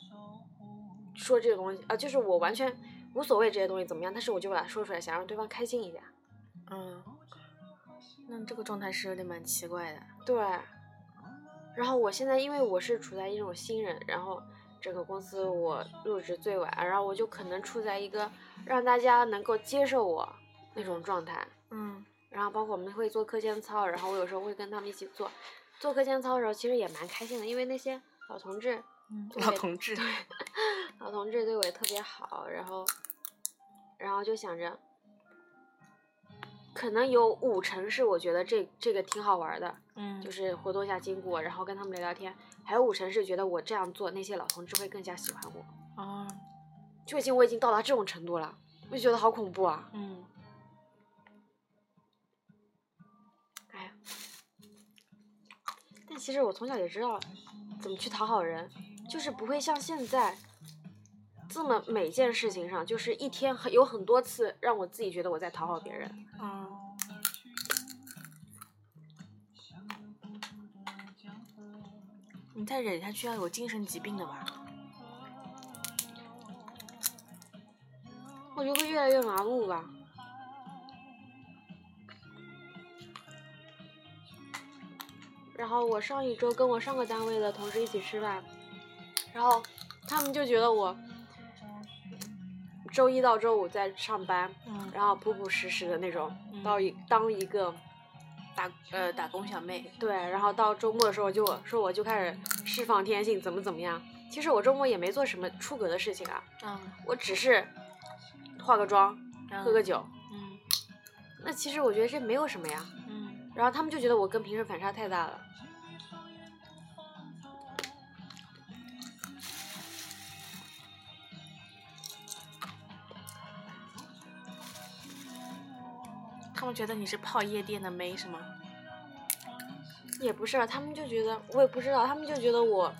Speaker 1: 说这个东西啊、就是我完全无所谓这些东西怎么样，但是我就把它说出来，想让对方开心一下。
Speaker 2: 嗯，那这个状态是有点蛮奇怪的。
Speaker 1: 对。然后我现在因为我是处在一种新人，然后整个公司我入职最晚，然后我就可能处在一个让大家能够接受我那种状态。
Speaker 2: 嗯
Speaker 1: 然后包括我们会做课间操，然后我有时候会跟他们一起做。做课间操的时候，其实也蛮开心的，因为那些老同志、
Speaker 2: 嗯，
Speaker 1: 老
Speaker 2: 同志，
Speaker 1: 老同志对我也特别好，然后，然后就想着，可能有五成是我觉得这这个挺好玩儿的，
Speaker 2: 嗯，
Speaker 1: 就是是活动一下筋骨，然后跟他们聊聊天；还有五成是觉得我这样做，那些老同志会更加喜欢我。
Speaker 2: 啊，
Speaker 1: 就已经我已经到达这种程度了，我就觉得好恐怖啊！
Speaker 2: 嗯，
Speaker 1: 哎呀，但其实我从小也知道怎么去讨好人，就是不会像现在这么每件事情上，就是一天很有很多次让我自己觉得我在讨好别人。
Speaker 2: 啊，你再忍下去要有精神疾病的吧？
Speaker 1: 我就会越来越麻木吧。然后我上一周跟我上个单位的同事一起吃饭，然后他们就觉得我周一到周五在上班，
Speaker 2: 嗯
Speaker 1: 然后朴朴实实的那种，
Speaker 2: 嗯
Speaker 1: 到一当一个
Speaker 2: 打呃打工小妹，
Speaker 1: 对，然后到周末的时候我就说我就开始释放天性，怎么怎么样。其实我周末也没做什么出格的事情啊，
Speaker 2: 嗯，
Speaker 1: 我只是化个妆，喝个
Speaker 2: 酒，
Speaker 1: 酒，
Speaker 2: 嗯
Speaker 1: 那其实我觉得这没有什么呀。
Speaker 2: 嗯，
Speaker 1: 然后他们就觉得我跟平时反差太大了。
Speaker 2: 他们觉得你是泡夜店的妹是吗？
Speaker 1: 也不是啊，他们就觉得我也不知道，他们就觉得我，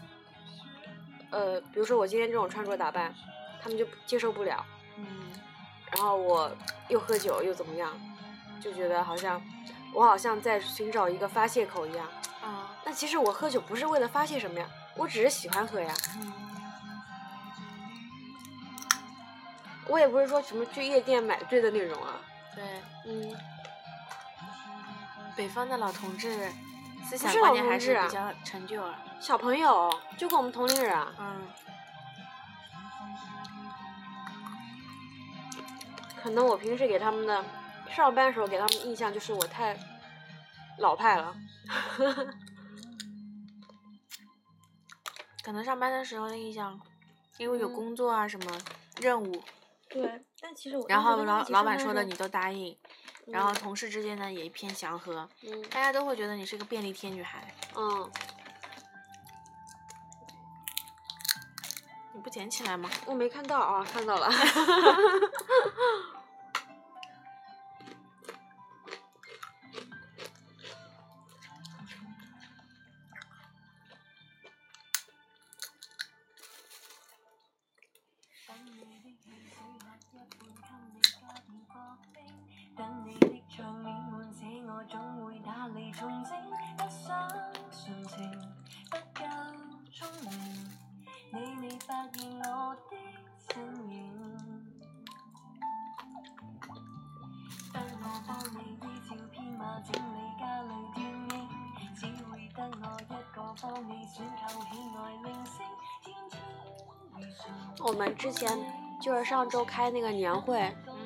Speaker 1: 呃，比如说我今天这种穿着打扮，他们就接受不了。
Speaker 2: 嗯
Speaker 1: 然后我又喝酒又怎么样，就觉得好像我好像在寻找一个发泄口一样。
Speaker 2: 啊，
Speaker 1: 但其实我喝酒不是为了发泄什么呀，我只是喜欢喝呀。
Speaker 2: 嗯
Speaker 1: 我也不是说什么去夜店买醉的那种啊。
Speaker 2: 对，
Speaker 1: 嗯，
Speaker 2: 北方的老同志思想
Speaker 1: 是
Speaker 2: 观
Speaker 1: 老
Speaker 2: 念还
Speaker 1: 同志
Speaker 2: 是
Speaker 1: 啊
Speaker 2: 比较陈旧啊。
Speaker 1: 小朋友就跟我们同龄人啊，
Speaker 2: 嗯
Speaker 1: 可能我平时给他们的上班的时候给他们印象就是我太老派了。，
Speaker 2: 可能上班的时候的印象，因为有
Speaker 1: 嗯
Speaker 2: 工作啊什么任务，
Speaker 1: 对，但其实我
Speaker 2: 然后老老板说的你都答应，然后
Speaker 1: 嗯
Speaker 2: 同事之间呢也一片祥和，
Speaker 1: 嗯
Speaker 2: 大家都会觉得你是个便利贴女孩。
Speaker 1: 嗯，
Speaker 2: 你不捡起来吗？
Speaker 1: 我没看到啊，看 到了。
Speaker 4: 等你的唱面喚醒我，總會打理重整，不想純情，不夠聰明，你未發現我的身影。不我幫你依照編碼整理家裏電影，只會得我一個幫你選購喜愛明星，天天如常。
Speaker 1: 我们之前就是上周开那个年会，
Speaker 2: 嗯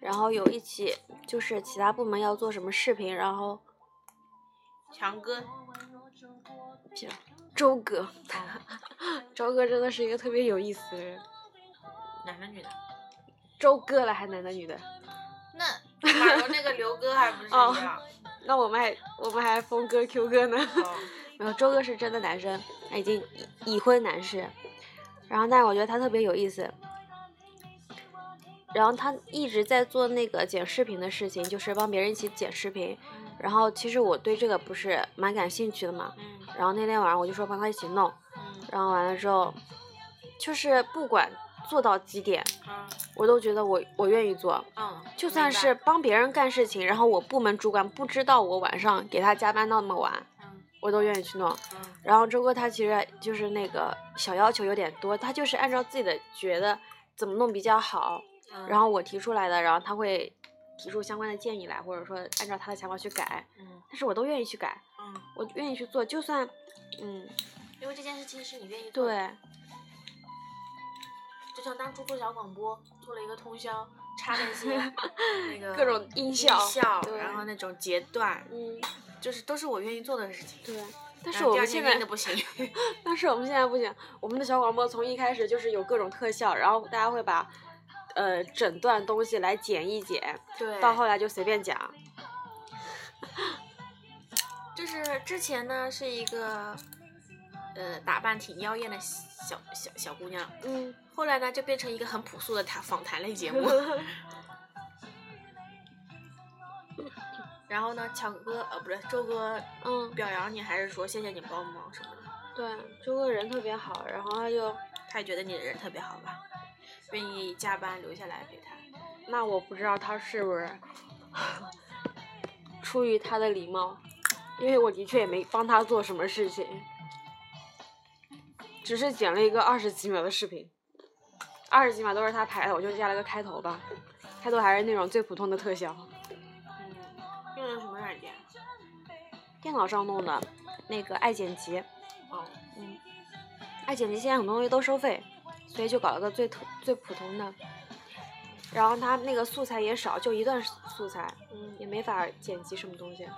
Speaker 1: 然后有一起就是其他部门要做什么视频，然后
Speaker 2: 强哥，
Speaker 1: 行周哥，周哥真的是一个特别有意思的人。
Speaker 2: 男的女的？
Speaker 1: 周哥了还男的女的？
Speaker 2: 那 马蓉那个刘哥还不是 哦
Speaker 1: 哦？那我们还我们还峰哥 Q 哥呢？
Speaker 2: 哦
Speaker 1: 然后周哥是真的男生，他已经已已婚男士。然后，但是我觉得他特别有意思。然后他一直在做那个剪视频的事情，就是帮别人一起剪视频。然后其实我对这个不是蛮感兴趣的嘛。
Speaker 2: 嗯
Speaker 1: 然后那天晚上我就说帮他一起弄，
Speaker 2: 嗯
Speaker 1: 然后完了之后，就是不管做到几点，
Speaker 2: 嗯
Speaker 1: 我都觉得我我愿意做。
Speaker 2: 嗯，
Speaker 1: 就
Speaker 2: 明
Speaker 1: 算
Speaker 2: 白
Speaker 1: 是帮别人干事情，然后我部门主管不知道我晚上给他加班到那么晚，
Speaker 2: 嗯
Speaker 1: 我都愿意去弄。
Speaker 2: 嗯
Speaker 1: 然后周哥他其实就是那个小要求有点多，他就是按照自己的觉得怎么弄比较好，
Speaker 2: 嗯，
Speaker 1: 然后我提出来的，然后他会提出相关的建议来，或者说按照他的想法去改，
Speaker 2: 嗯
Speaker 1: 但是我都愿意去改，
Speaker 2: 嗯，
Speaker 1: 我愿意去做，就算，嗯，
Speaker 2: 因为这件事情是你愿意做的，
Speaker 1: 对，
Speaker 2: 就像当初做小广播做了一个通宵，插那 些那个
Speaker 1: 各种音效对
Speaker 2: 然后那种截段，
Speaker 1: 嗯，
Speaker 2: 就是都是我愿意做的事情。
Speaker 1: 对。但
Speaker 2: 然
Speaker 1: 是
Speaker 2: 后
Speaker 1: 我
Speaker 2: 第二
Speaker 1: 们
Speaker 2: 天
Speaker 1: 现在
Speaker 2: 晕得不行，
Speaker 1: 但是我们现在不行，我们的小广播从一开始就是有各种特效，然后大家会把，呃，整段东西来剪一剪，
Speaker 2: 对，
Speaker 1: 到后来就随便讲。
Speaker 2: 就是之前呢是一个，呃，打扮挺妖艳的小小小姑娘，
Speaker 1: 嗯，
Speaker 2: 后来呢就变成一个很朴素的谈访谈类节目。 然后呢，巧哥呃不是周哥
Speaker 1: 嗯，
Speaker 2: 表扬你，还是说谢谢你帮忙什么的？
Speaker 1: 对，周哥人特别好，然后他就，
Speaker 2: 他也觉得你人特别好吧，愿意加班留下来陪他。
Speaker 1: 那我不知道他是不是出于他的礼貌，因为我的确也没帮他做什么事情，只是剪了一个二十几秒的视频，二十几秒都是他拍的，我就加了个开头吧，开头还是那种最普通的特效。
Speaker 2: 嗯，用的什么软件？啊
Speaker 1: 电脑上弄的那个爱剪辑，
Speaker 2: 哦，
Speaker 1: 嗯，爱剪辑现在很多东西都收费，所以就搞了个最土最普通的。然后它那个素材也少，就一段素材，
Speaker 2: 嗯
Speaker 1: 也没法剪辑什么东西。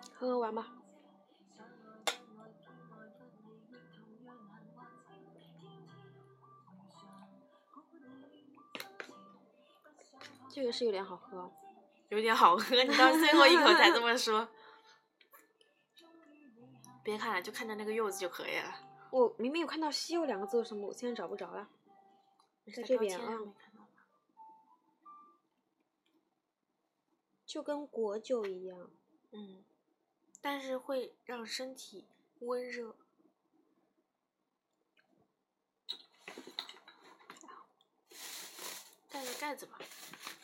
Speaker 1: 喝喝玩吧。这个是有点好喝，
Speaker 2: 有点好喝，你到最后一口才这么说。 别看了，就看着那个柚子就可以了。
Speaker 1: 我明明有看到“西柚”两个字，为什么我现在找不着了？在这
Speaker 2: 标
Speaker 1: 边
Speaker 2: 签上
Speaker 1: 啊
Speaker 2: 没看到吧
Speaker 1: 就跟果酒一样，
Speaker 2: 嗯，但是会让身体温热。盖个盖子吧。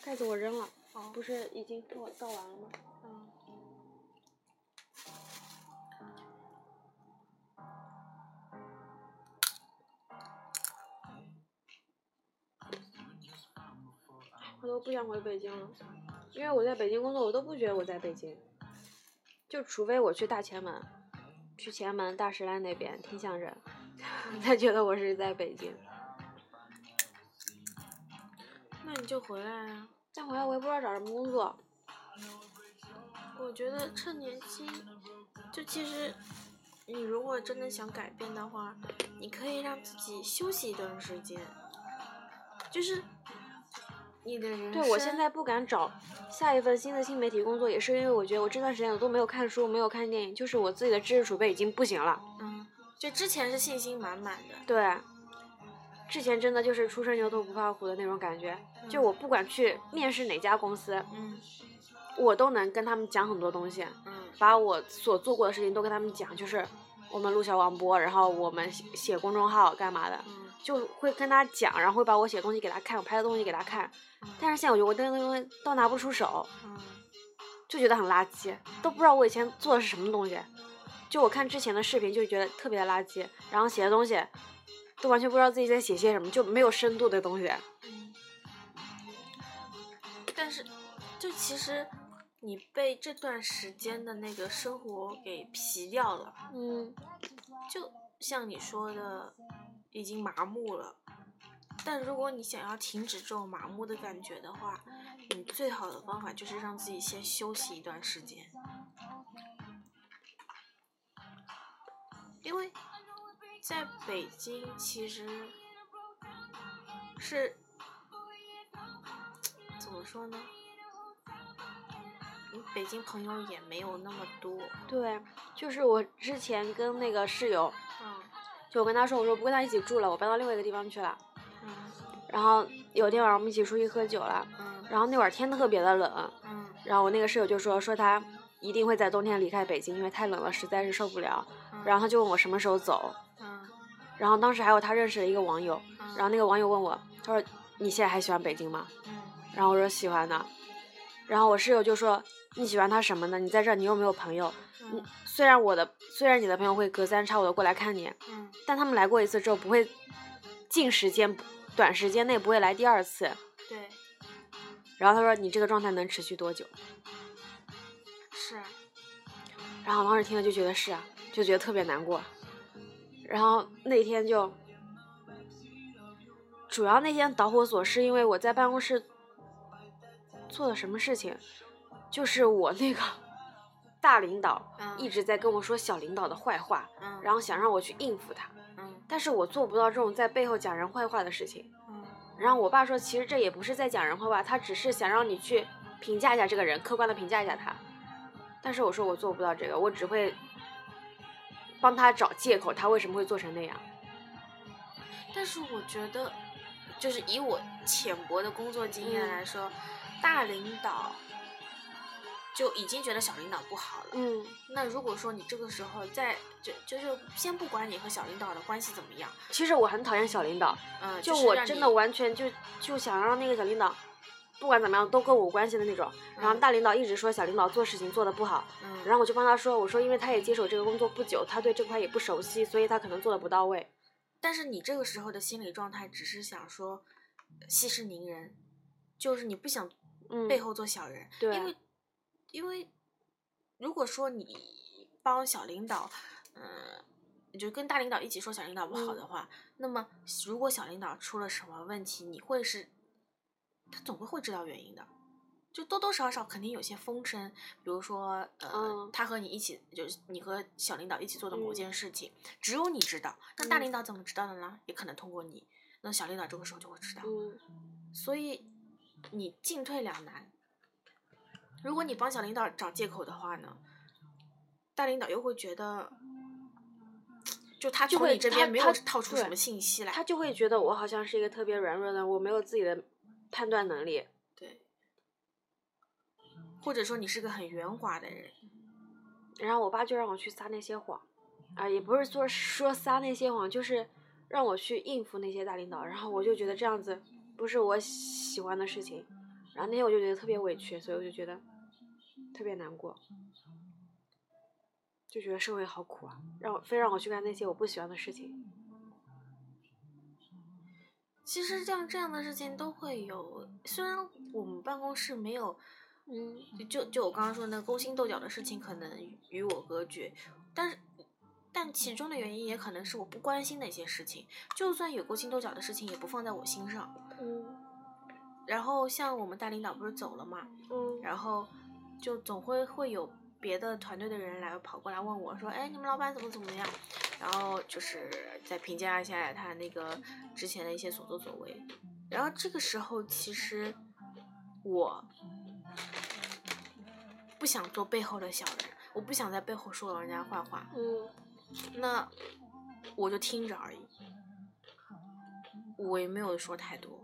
Speaker 1: 盖子我扔了，
Speaker 2: 哦，
Speaker 1: 不是已经倒倒完了吗？
Speaker 2: 嗯。
Speaker 1: 我都不想回北京了，因为我在北京工作，我都不觉得我在北京，就除非我去大前门，去前门大石栏那边听相声，我 才觉得我是在北京。
Speaker 2: 那你就回来啊！
Speaker 1: 再回来我也不知道找什么工作，
Speaker 2: 我觉得趁年轻，就其实你如果真的想改变的话，你可以让自己休息一段时间，就是你的人
Speaker 1: 对我现
Speaker 2: 生
Speaker 1: 在不敢找下一份新的新媒体工作，也是因为我觉得我这段时间我都没有看书，没有看电影，就是我自己的知识储备已经不行了。
Speaker 2: 嗯，就之前是信心满满的，
Speaker 1: 对，之前真的就是初生牛犊不怕虎的那种感觉，就我不管去面试哪家公司，
Speaker 2: 嗯
Speaker 1: 我都能跟他们讲很多东西。
Speaker 2: 嗯
Speaker 1: 把我所做过的事情都跟他们讲，就是我们录小广播，然后我们写写公众号干嘛的，
Speaker 2: 嗯，
Speaker 1: 就会跟他讲，然后会把我写的东西给他看，我拍的东西给他看。但是现在我觉得我这个东西都拿不出手，
Speaker 2: 嗯
Speaker 1: 就觉得很垃圾，都不知道我以前做的是什么东西。就我看之前的视频，就觉得特别的垃圾，然后写的东西都完全不知道自己在写些什么，就没有深度的东西。
Speaker 2: 嗯，但是就其实你被这段时间的那个生活给疲掉了。
Speaker 1: 嗯，
Speaker 2: 就像你说的，已经麻木了，但如果你想要停止这种麻木的感觉的话，你最好的方法就是让自己先休息一段时间，因为在北京其实是怎么说呢？你北京朋友也没有那么多，
Speaker 1: 对，就是我之前跟那个室友，
Speaker 2: 嗯
Speaker 1: 就我跟他说，我说不跟他一起住了，我搬到另外一个地方去了。
Speaker 2: 嗯
Speaker 1: 然后有天晚上我们一起出去喝酒了，
Speaker 2: 嗯
Speaker 1: 然后那会儿天特别的冷，
Speaker 2: 嗯
Speaker 1: 然后我那个室友就说说他一定会在冬天离开北京，因为太冷了，实在是受不了。
Speaker 2: 嗯，
Speaker 1: 然后他就问我什么时候走，
Speaker 2: 嗯
Speaker 1: 然后当时还有他认识的一个网友，
Speaker 2: 嗯，
Speaker 1: 然后那个网友问我，他说你现在还喜欢北京吗？
Speaker 2: 嗯
Speaker 1: 然后我说喜欢呢，然后我室友就说你喜欢他什么呢？你在这儿你又没有朋友，你
Speaker 2: 嗯
Speaker 1: 虽然我的虽然你的朋友会隔三差五的过来看你，
Speaker 2: 嗯
Speaker 1: 但他们来过一次之后不会近时间短时间内不会来第二次。
Speaker 2: 对，
Speaker 1: 然后他说你这个状态能持续多久？
Speaker 2: 是啊，
Speaker 1: 然后我当时听了就觉得是啊，就觉得特别难过。然后那天就，主要那天导火索是因为我在办公室做了什么事情，就是我那个 大领导
Speaker 2: 嗯
Speaker 1: 一直在跟我说小领导的坏话，
Speaker 2: 嗯，
Speaker 1: 然后想让我去应付他，
Speaker 2: 嗯
Speaker 1: 但是我做不到这种在背后讲人坏话的事情。
Speaker 2: 嗯
Speaker 1: 然后我爸说，其实这也不是在讲人坏话，他只是想让你去评价一下这个人，客观的评价一下他。但是我说我做不到这个，我只会帮他找借口，他为什么会做成那样。
Speaker 2: 但是我觉得，就是以我浅薄的工作经验
Speaker 1: 嗯
Speaker 2: 来说，大领导就已经觉得小领导不好了。
Speaker 1: 嗯，
Speaker 2: 那如果说你这个时候再就就是先不管你和小领导的关系怎么样，
Speaker 1: 其实我很讨厌小领导，
Speaker 2: 嗯，
Speaker 1: 就是我
Speaker 2: 让
Speaker 1: 真
Speaker 2: 你
Speaker 1: 的完全就就想让那个小领导。不管怎么样都跟我无关系的那种，然后
Speaker 2: 嗯
Speaker 1: 大领导一直说小领导做事情做的不好，
Speaker 2: 嗯，
Speaker 1: 然后我就帮他说，我说因为他也接手这个工作不久，他对这块也不熟悉，所以他可能做的不到位。
Speaker 2: 但是你这个时候的心理状态只是想说息事宁人，就是你不想
Speaker 1: 嗯，
Speaker 2: 背后做小人，
Speaker 1: 对
Speaker 2: 因为因为如果说你帮小领导，嗯、你就跟大领导一起说小领导不好
Speaker 1: 嗯
Speaker 2: 的话，那么如果小领导出了什么问题，你会是，他总归会知道原因的。就多多少少肯定有些风声，比如说，呃，
Speaker 1: 嗯
Speaker 2: 他和你一起，就是你和小领导一起做的某
Speaker 1: 嗯
Speaker 2: 件事情，只有你知道。那大
Speaker 1: 嗯
Speaker 2: 领导怎么知道的呢？也可能通过你。那小领导这个时候就会知道。
Speaker 1: 嗯
Speaker 2: 所以你进退两难。如果你帮小领导找借口的话呢，大领导又会觉得，就他
Speaker 1: 就
Speaker 2: 从
Speaker 1: 会
Speaker 2: 你这
Speaker 1: 他
Speaker 2: 边没
Speaker 1: 他
Speaker 2: 有套出什
Speaker 1: 对
Speaker 2: 么信息来。
Speaker 1: 他就会觉得我好像是一个特别软弱的，我没有自己的判断能力。
Speaker 2: 对，或者说你是个很圆滑的人。
Speaker 1: 然后我爸就让我去撒那些谎，啊，也不是说说撒那些谎，就是让我去应付那些大领导。然后我就觉得这样子不是我喜欢的事情。然后那天我就觉得特别委屈，所以我就觉得特别难过，就觉得社会好苦啊，让我非让我去干那些我不喜欢的事情。
Speaker 2: 其实像这样的事情都会有，虽然我们办公室没有
Speaker 1: 嗯
Speaker 2: 就就我刚刚说的那个勾心斗角的事情，可能与与我隔绝，但是但其中的原因也可能是我不关心的一些事情，就算有勾心斗角的事情，也不放在我心上。
Speaker 1: 嗯
Speaker 2: 然后像我们大领导不是走了嘛，
Speaker 1: 嗯
Speaker 2: 然后就总会会有别的团队的人来跑过来问我说，哎，你们老板怎么怎么样？然后就是再评价一下他那个之前的一些所作所为。然后这个时候其实我不想做背后的小人，我不想在背后说人家坏话，
Speaker 1: 嗯
Speaker 2: 那我就听着而已，我也没有说太多。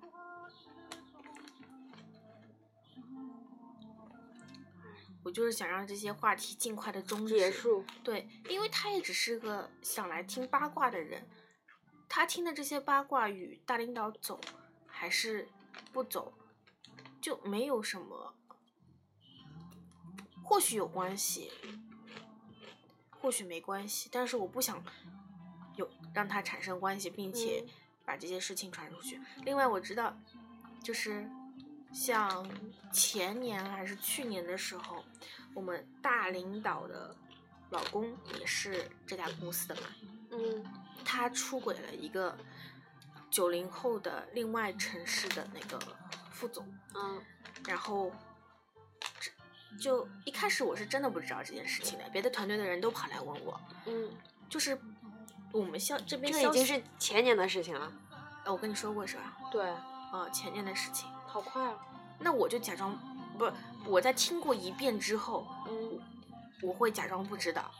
Speaker 2: 我就是想让这些话题尽快的终止，
Speaker 1: 结束。
Speaker 2: 对，因为他也只是个想来听八卦的人，他听的这些八卦与大领导走还是不走，就没有什么，或许有关系，或许没关系，但是我不想有让他产生关系，并且
Speaker 1: 嗯
Speaker 2: 把这些事情传出去。另外，我知道，就是像前年还是去年的时候，我们大领导的老公也是这家公司的嘛，
Speaker 1: 嗯
Speaker 2: 他出轨了一个九零后的另外城市的那个副总，
Speaker 1: 嗯
Speaker 2: 然后这就一开始我是真的不知道这件事情的，别的团队的人都跑来问我，
Speaker 1: 嗯，
Speaker 2: 就是我们消这边
Speaker 1: 这
Speaker 2: 消
Speaker 1: 已经
Speaker 2: 息
Speaker 1: 是前年的事情了。
Speaker 2: 呃我跟你说过是吧？
Speaker 1: 对，
Speaker 2: 呃，前年的事情，
Speaker 1: 好快啊。
Speaker 2: 那我就假装不，我在听过一遍之后，
Speaker 1: 嗯，
Speaker 2: 我会假装不知道，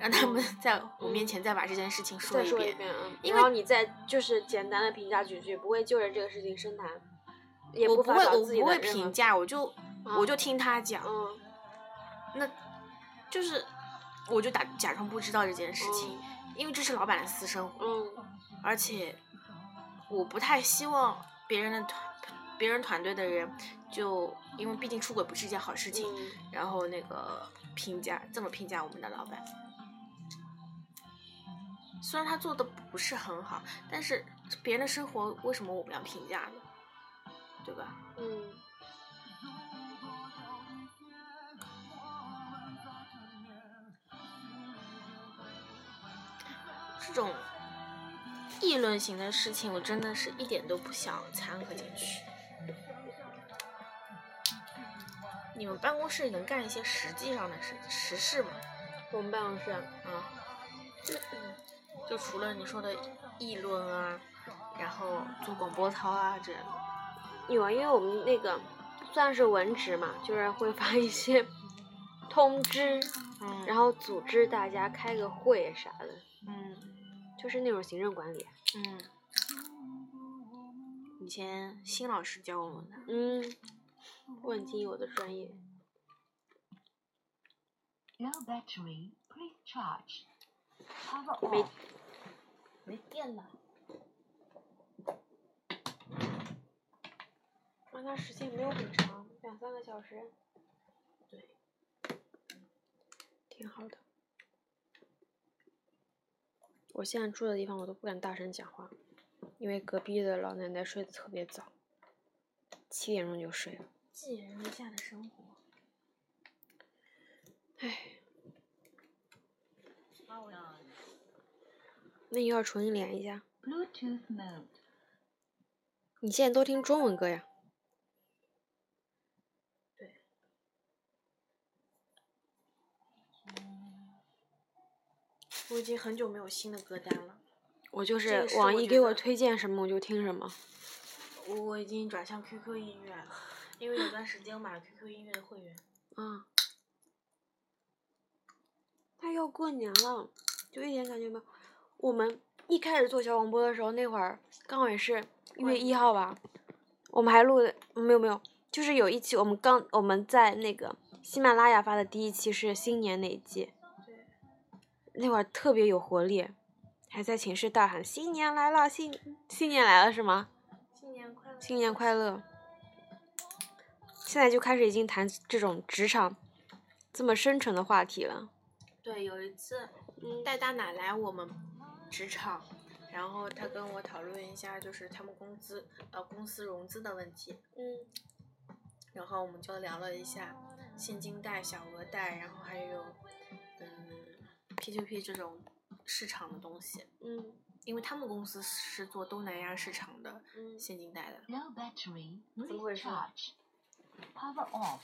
Speaker 2: 让他们在我面前再把这件事情
Speaker 1: 嗯
Speaker 2: 说
Speaker 1: 再
Speaker 2: 一
Speaker 1: 说
Speaker 2: 遍
Speaker 1: 一。遍啊，
Speaker 2: 因
Speaker 1: 然后
Speaker 2: 为
Speaker 1: 你再就是简单的评价几句，不会就着这个事情深谈，也
Speaker 2: 我不
Speaker 1: 发
Speaker 2: 会，
Speaker 1: 表
Speaker 2: 我
Speaker 1: 自己
Speaker 2: 不会
Speaker 1: 的任
Speaker 2: 评
Speaker 1: 何。
Speaker 2: 价，我就、
Speaker 1: 啊
Speaker 2: 我就听他讲，
Speaker 1: 嗯
Speaker 2: 那就是我就打假装不知道这件事情，因为这是老板的私生活，
Speaker 1: 嗯
Speaker 2: 而且我不太希望别人的团别人团队的人就因为毕竟出轨不是一件好事情，
Speaker 1: 嗯，
Speaker 2: 然后那个评价这么评价我们的老板。虽然他做的不是很好，但是别人的生活为什么我们要评价呢？对吧？
Speaker 1: 嗯，
Speaker 2: 这种议论型的事情，我真的是一点都不想掺和进去。你们办公室能干一些实际上的事实事吗？
Speaker 1: 我们办公室啊
Speaker 2: 啊，就除了你说的议论啊，然后做广播操啊这样的。
Speaker 1: 有啊，因为我们那个算是文职嘛，就是会发一些通知，
Speaker 2: 嗯然
Speaker 1: 然
Speaker 2: 后
Speaker 1: 后组织大家开个会啥的，
Speaker 2: 嗯
Speaker 1: 就是那种行政管理。
Speaker 2: 嗯，以前新老师教我们的。
Speaker 1: 嗯，我很敬意我的专业。
Speaker 4: Your battery pre-charge. Power
Speaker 1: 没
Speaker 4: off.
Speaker 2: 没电了。
Speaker 1: 那它时间没有很长，两三个小时。
Speaker 2: 对，
Speaker 1: 挺好的。我现在住的地方，我都不敢大声讲话，因为隔壁的老奶奶睡得特别早，七点钟就睡了。
Speaker 2: 寄人篱下的生活。
Speaker 1: 唉，那你要重新连一下。
Speaker 4: Bluetooth mode.
Speaker 1: 你现在都听中文歌呀？
Speaker 2: 我已经很久没有新的歌单了，
Speaker 1: 我就
Speaker 2: 这
Speaker 1: 是
Speaker 2: 个是
Speaker 1: 网
Speaker 2: 我
Speaker 1: 易
Speaker 2: 觉
Speaker 1: 给我
Speaker 2: 得
Speaker 1: 推荐什么我就听什么。
Speaker 2: 我我已经转向 QQ 音乐了，因为有段时间我买了 QQ 音乐的会员。
Speaker 1: 啊，他要过年了，就一点感觉没有。我们一开始做小广播的时候，那会儿刚好也是一月一号吧，我们还录的没有没有，就是有一期我们刚我们在那个喜马拉雅发的第一期是新年那一期，那会儿特别有活力，还在寝室大喊“新年来了，新新年来了”是吗？
Speaker 2: 新年快乐！
Speaker 1: 新年快乐！现在就开始已经谈这种职场这么深沉的话题了。
Speaker 2: 对，有一次嗯带大奶来我们职场，然后他跟我讨论一下，就是他们公司呃公司融资的问题，
Speaker 1: 嗯
Speaker 2: 然后我们就聊了一下现金贷、小额贷，然后还有嗯 P2P 这种市场的东西，
Speaker 1: 嗯
Speaker 2: 因为他们公司是做东南亚市场的
Speaker 1: 嗯
Speaker 2: 现金贷的。
Speaker 4: Low battery
Speaker 1: 怎么回事
Speaker 4: recharge. Power off.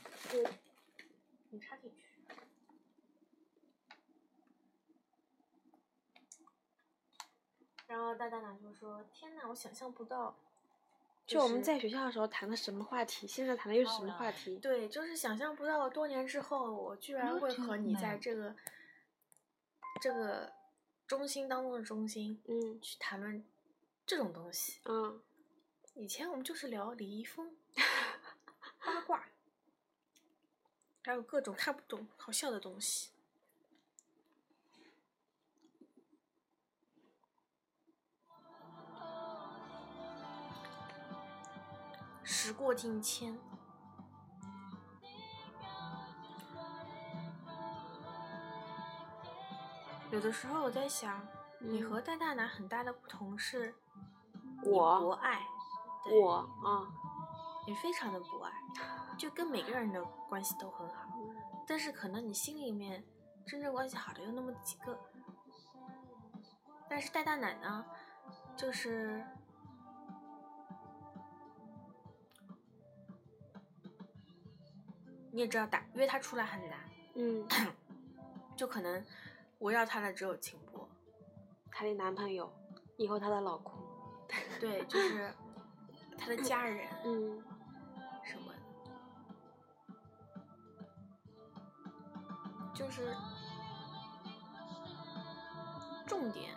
Speaker 2: 你插进去。然后大大奶就说：“天呐，我想象不到，
Speaker 1: 就我们
Speaker 2: 是
Speaker 1: 在学校的时候谈的什么话题，现在谈的又是什么话题？
Speaker 2: 对，就是想象不到多年之后，我居然会和你在这个这个中心当中的中心
Speaker 1: 嗯
Speaker 2: 去谈论这种东西。
Speaker 1: 嗯，
Speaker 2: 以前我们就是聊李 易峰八卦，还有各种看不懂好笑的东西。时过境迁，有的时候我在想，你
Speaker 1: 嗯
Speaker 2: 和戴大拿很大的不同是，博
Speaker 1: 我
Speaker 2: 爱，对
Speaker 1: 我啊，
Speaker 2: 你非常的博爱，就跟每个人的关系都很好，但是可能你心里面真正关系好的有那么几个。但是戴大奶呢，就是你也知道打约他出来很难，
Speaker 1: 嗯，
Speaker 2: 就可能围绕他的只有秦博。
Speaker 1: 她的男朋友，以后她的老公，
Speaker 2: 对，就是他的家人
Speaker 1: 嗯，
Speaker 2: 什么的，就是重点。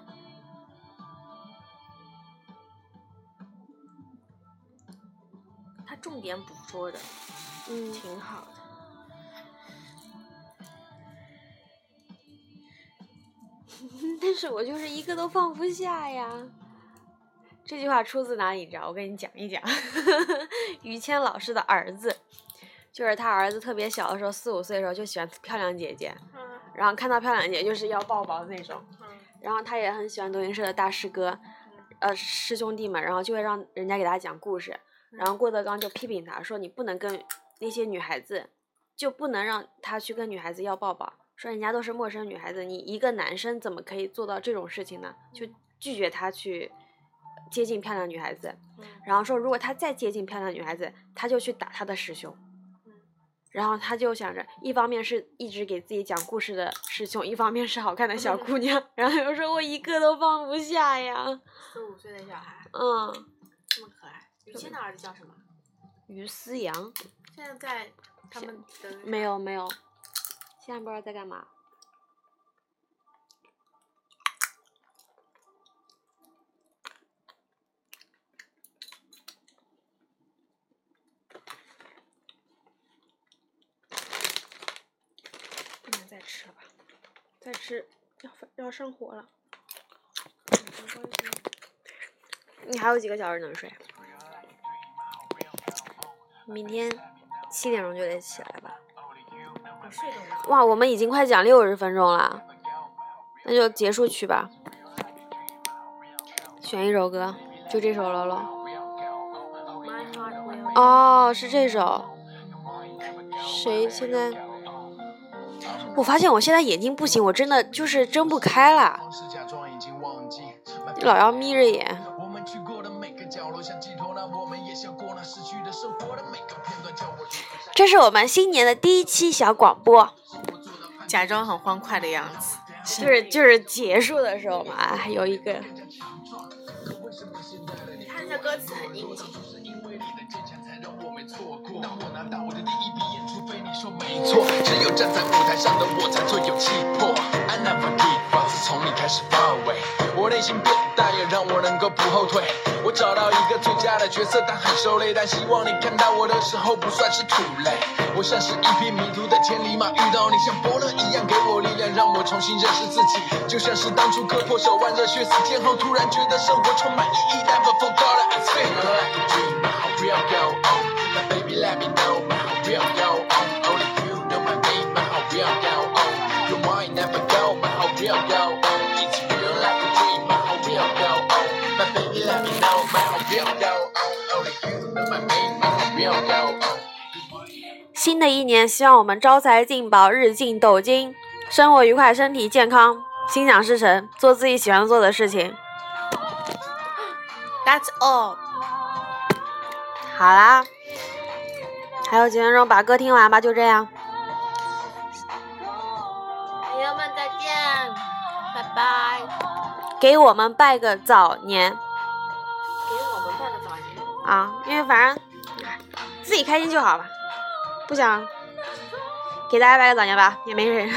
Speaker 2: 他重点捕捉的
Speaker 1: 嗯
Speaker 2: 挺好的，
Speaker 1: 但是我就是一个都放不下呀。这句话出自哪里？你知道？我跟你讲一讲， 于谦老师的儿子，就是他儿子特别小的时候，四五岁的时候就喜欢漂亮姐姐，
Speaker 2: 嗯
Speaker 1: 然后看到漂亮姐姐就是要抱抱的那种。
Speaker 2: 嗯
Speaker 1: 然后他也很喜欢德云社的大师哥，呃师兄弟们，然后就会让人家给他讲故事。
Speaker 2: 嗯
Speaker 1: 然后郭德纲就批评他说：“你不能跟那些女孩子，就不能让他去跟女孩子要抱抱，说人家都是陌生女孩子，你一个男生怎么可以做到这种事情呢？就
Speaker 2: 嗯
Speaker 1: 拒绝他去接近漂亮女孩子。
Speaker 2: 嗯
Speaker 1: 然后说，如果他再接近漂亮女孩子，他就去打他的师兄。”
Speaker 2: 嗯
Speaker 1: 然后他就想着，一方面是一直给自己讲故事的师兄，一方面是好看的小姑娘，然后又说我一个都放不下呀。
Speaker 2: 四五岁的小孩
Speaker 1: 嗯，
Speaker 2: 这么可爱。于谦的儿子叫什么？
Speaker 1: 于思洋
Speaker 2: 现在在他们的
Speaker 1: 没有没有，现在不知道在干嘛。不能再吃了吧？再吃要翻要上火了。你还有几个小时能睡？明天七点钟就得起来吧。
Speaker 2: 我睡都没睡
Speaker 1: 哇，我们已经快讲六十分钟了，那就结束曲吧。选一首歌，就这首了咯。
Speaker 2: My heart will
Speaker 1: 哦，是这首。谁现在？我发现我现在眼睛不行，我真的就是睁不开了，老要眯着眼。
Speaker 3: 我们去过的每个角落，像寄托那我们也笑过那逝去的生活的每个片段，叫我如何
Speaker 1: 这是我们新年的第一期小广播，
Speaker 2: 假装很欢快的样子。
Speaker 1: 就是就是结束的时候嘛，哎有一个
Speaker 2: 你看一下歌词很应景。
Speaker 3: 当我拿到我的第一笔演出，非你说没错，只有站在舞台上的我才最有气魄。I never give up，自从你开始到尾，我内心变大，也让我能够不后退。我找到一个最佳的角色，但很受累，但希望你看到我的时候不算是苦累。我像是一匹迷途的千里马，遇到你像伯乐一样给我力量，让我重新认识自己。就像是当初割破手腕热血四天后，突然觉得生活充满意义。Never forgot I sing like a dream, my heart will go on. But baby let me know, my heart will go on. Only you know my name, my heart will go on. Your mind never go, my heart will go on. It's real like a dream, my heart will go on. But baby let me know, my heart will go on. Only you know my name, my heart will go on.
Speaker 1: 新的一年，希望我们招财进宝，日进斗金，生活愉快，身体健康，心想事成，做自己喜欢做的事情。
Speaker 2: That's all。
Speaker 1: 好啦，还有几分钟把歌听完吧，就这样，
Speaker 2: 朋友们再见，拜拜。
Speaker 1: 给我们拜个早年
Speaker 2: 给我们拜个早年。
Speaker 1: 啊！因为反正自己开心就好吧，不想给大家拜个早年吧，也没人。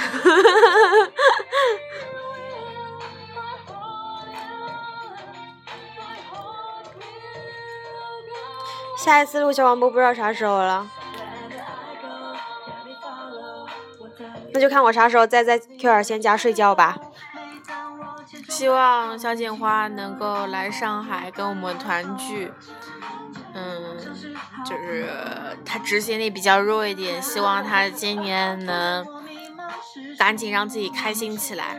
Speaker 1: 下一次录小广播不知道啥时候了，那就看我啥时候再在 Q 二仙家睡觉吧。
Speaker 2: 希望小锦花能够来上海跟我们团聚。嗯，就是她执行力比较弱一点，希望她今年能赶紧让自己开心起来。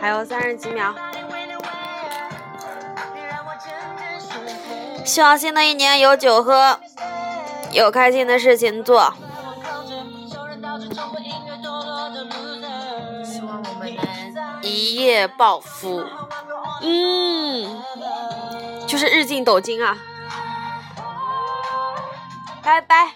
Speaker 1: 还有三十几秒。希望新的一年有酒喝，有开心的事情做。
Speaker 2: 希望我们能一夜暴富。
Speaker 1: 嗯，就是日进斗金啊。拜拜。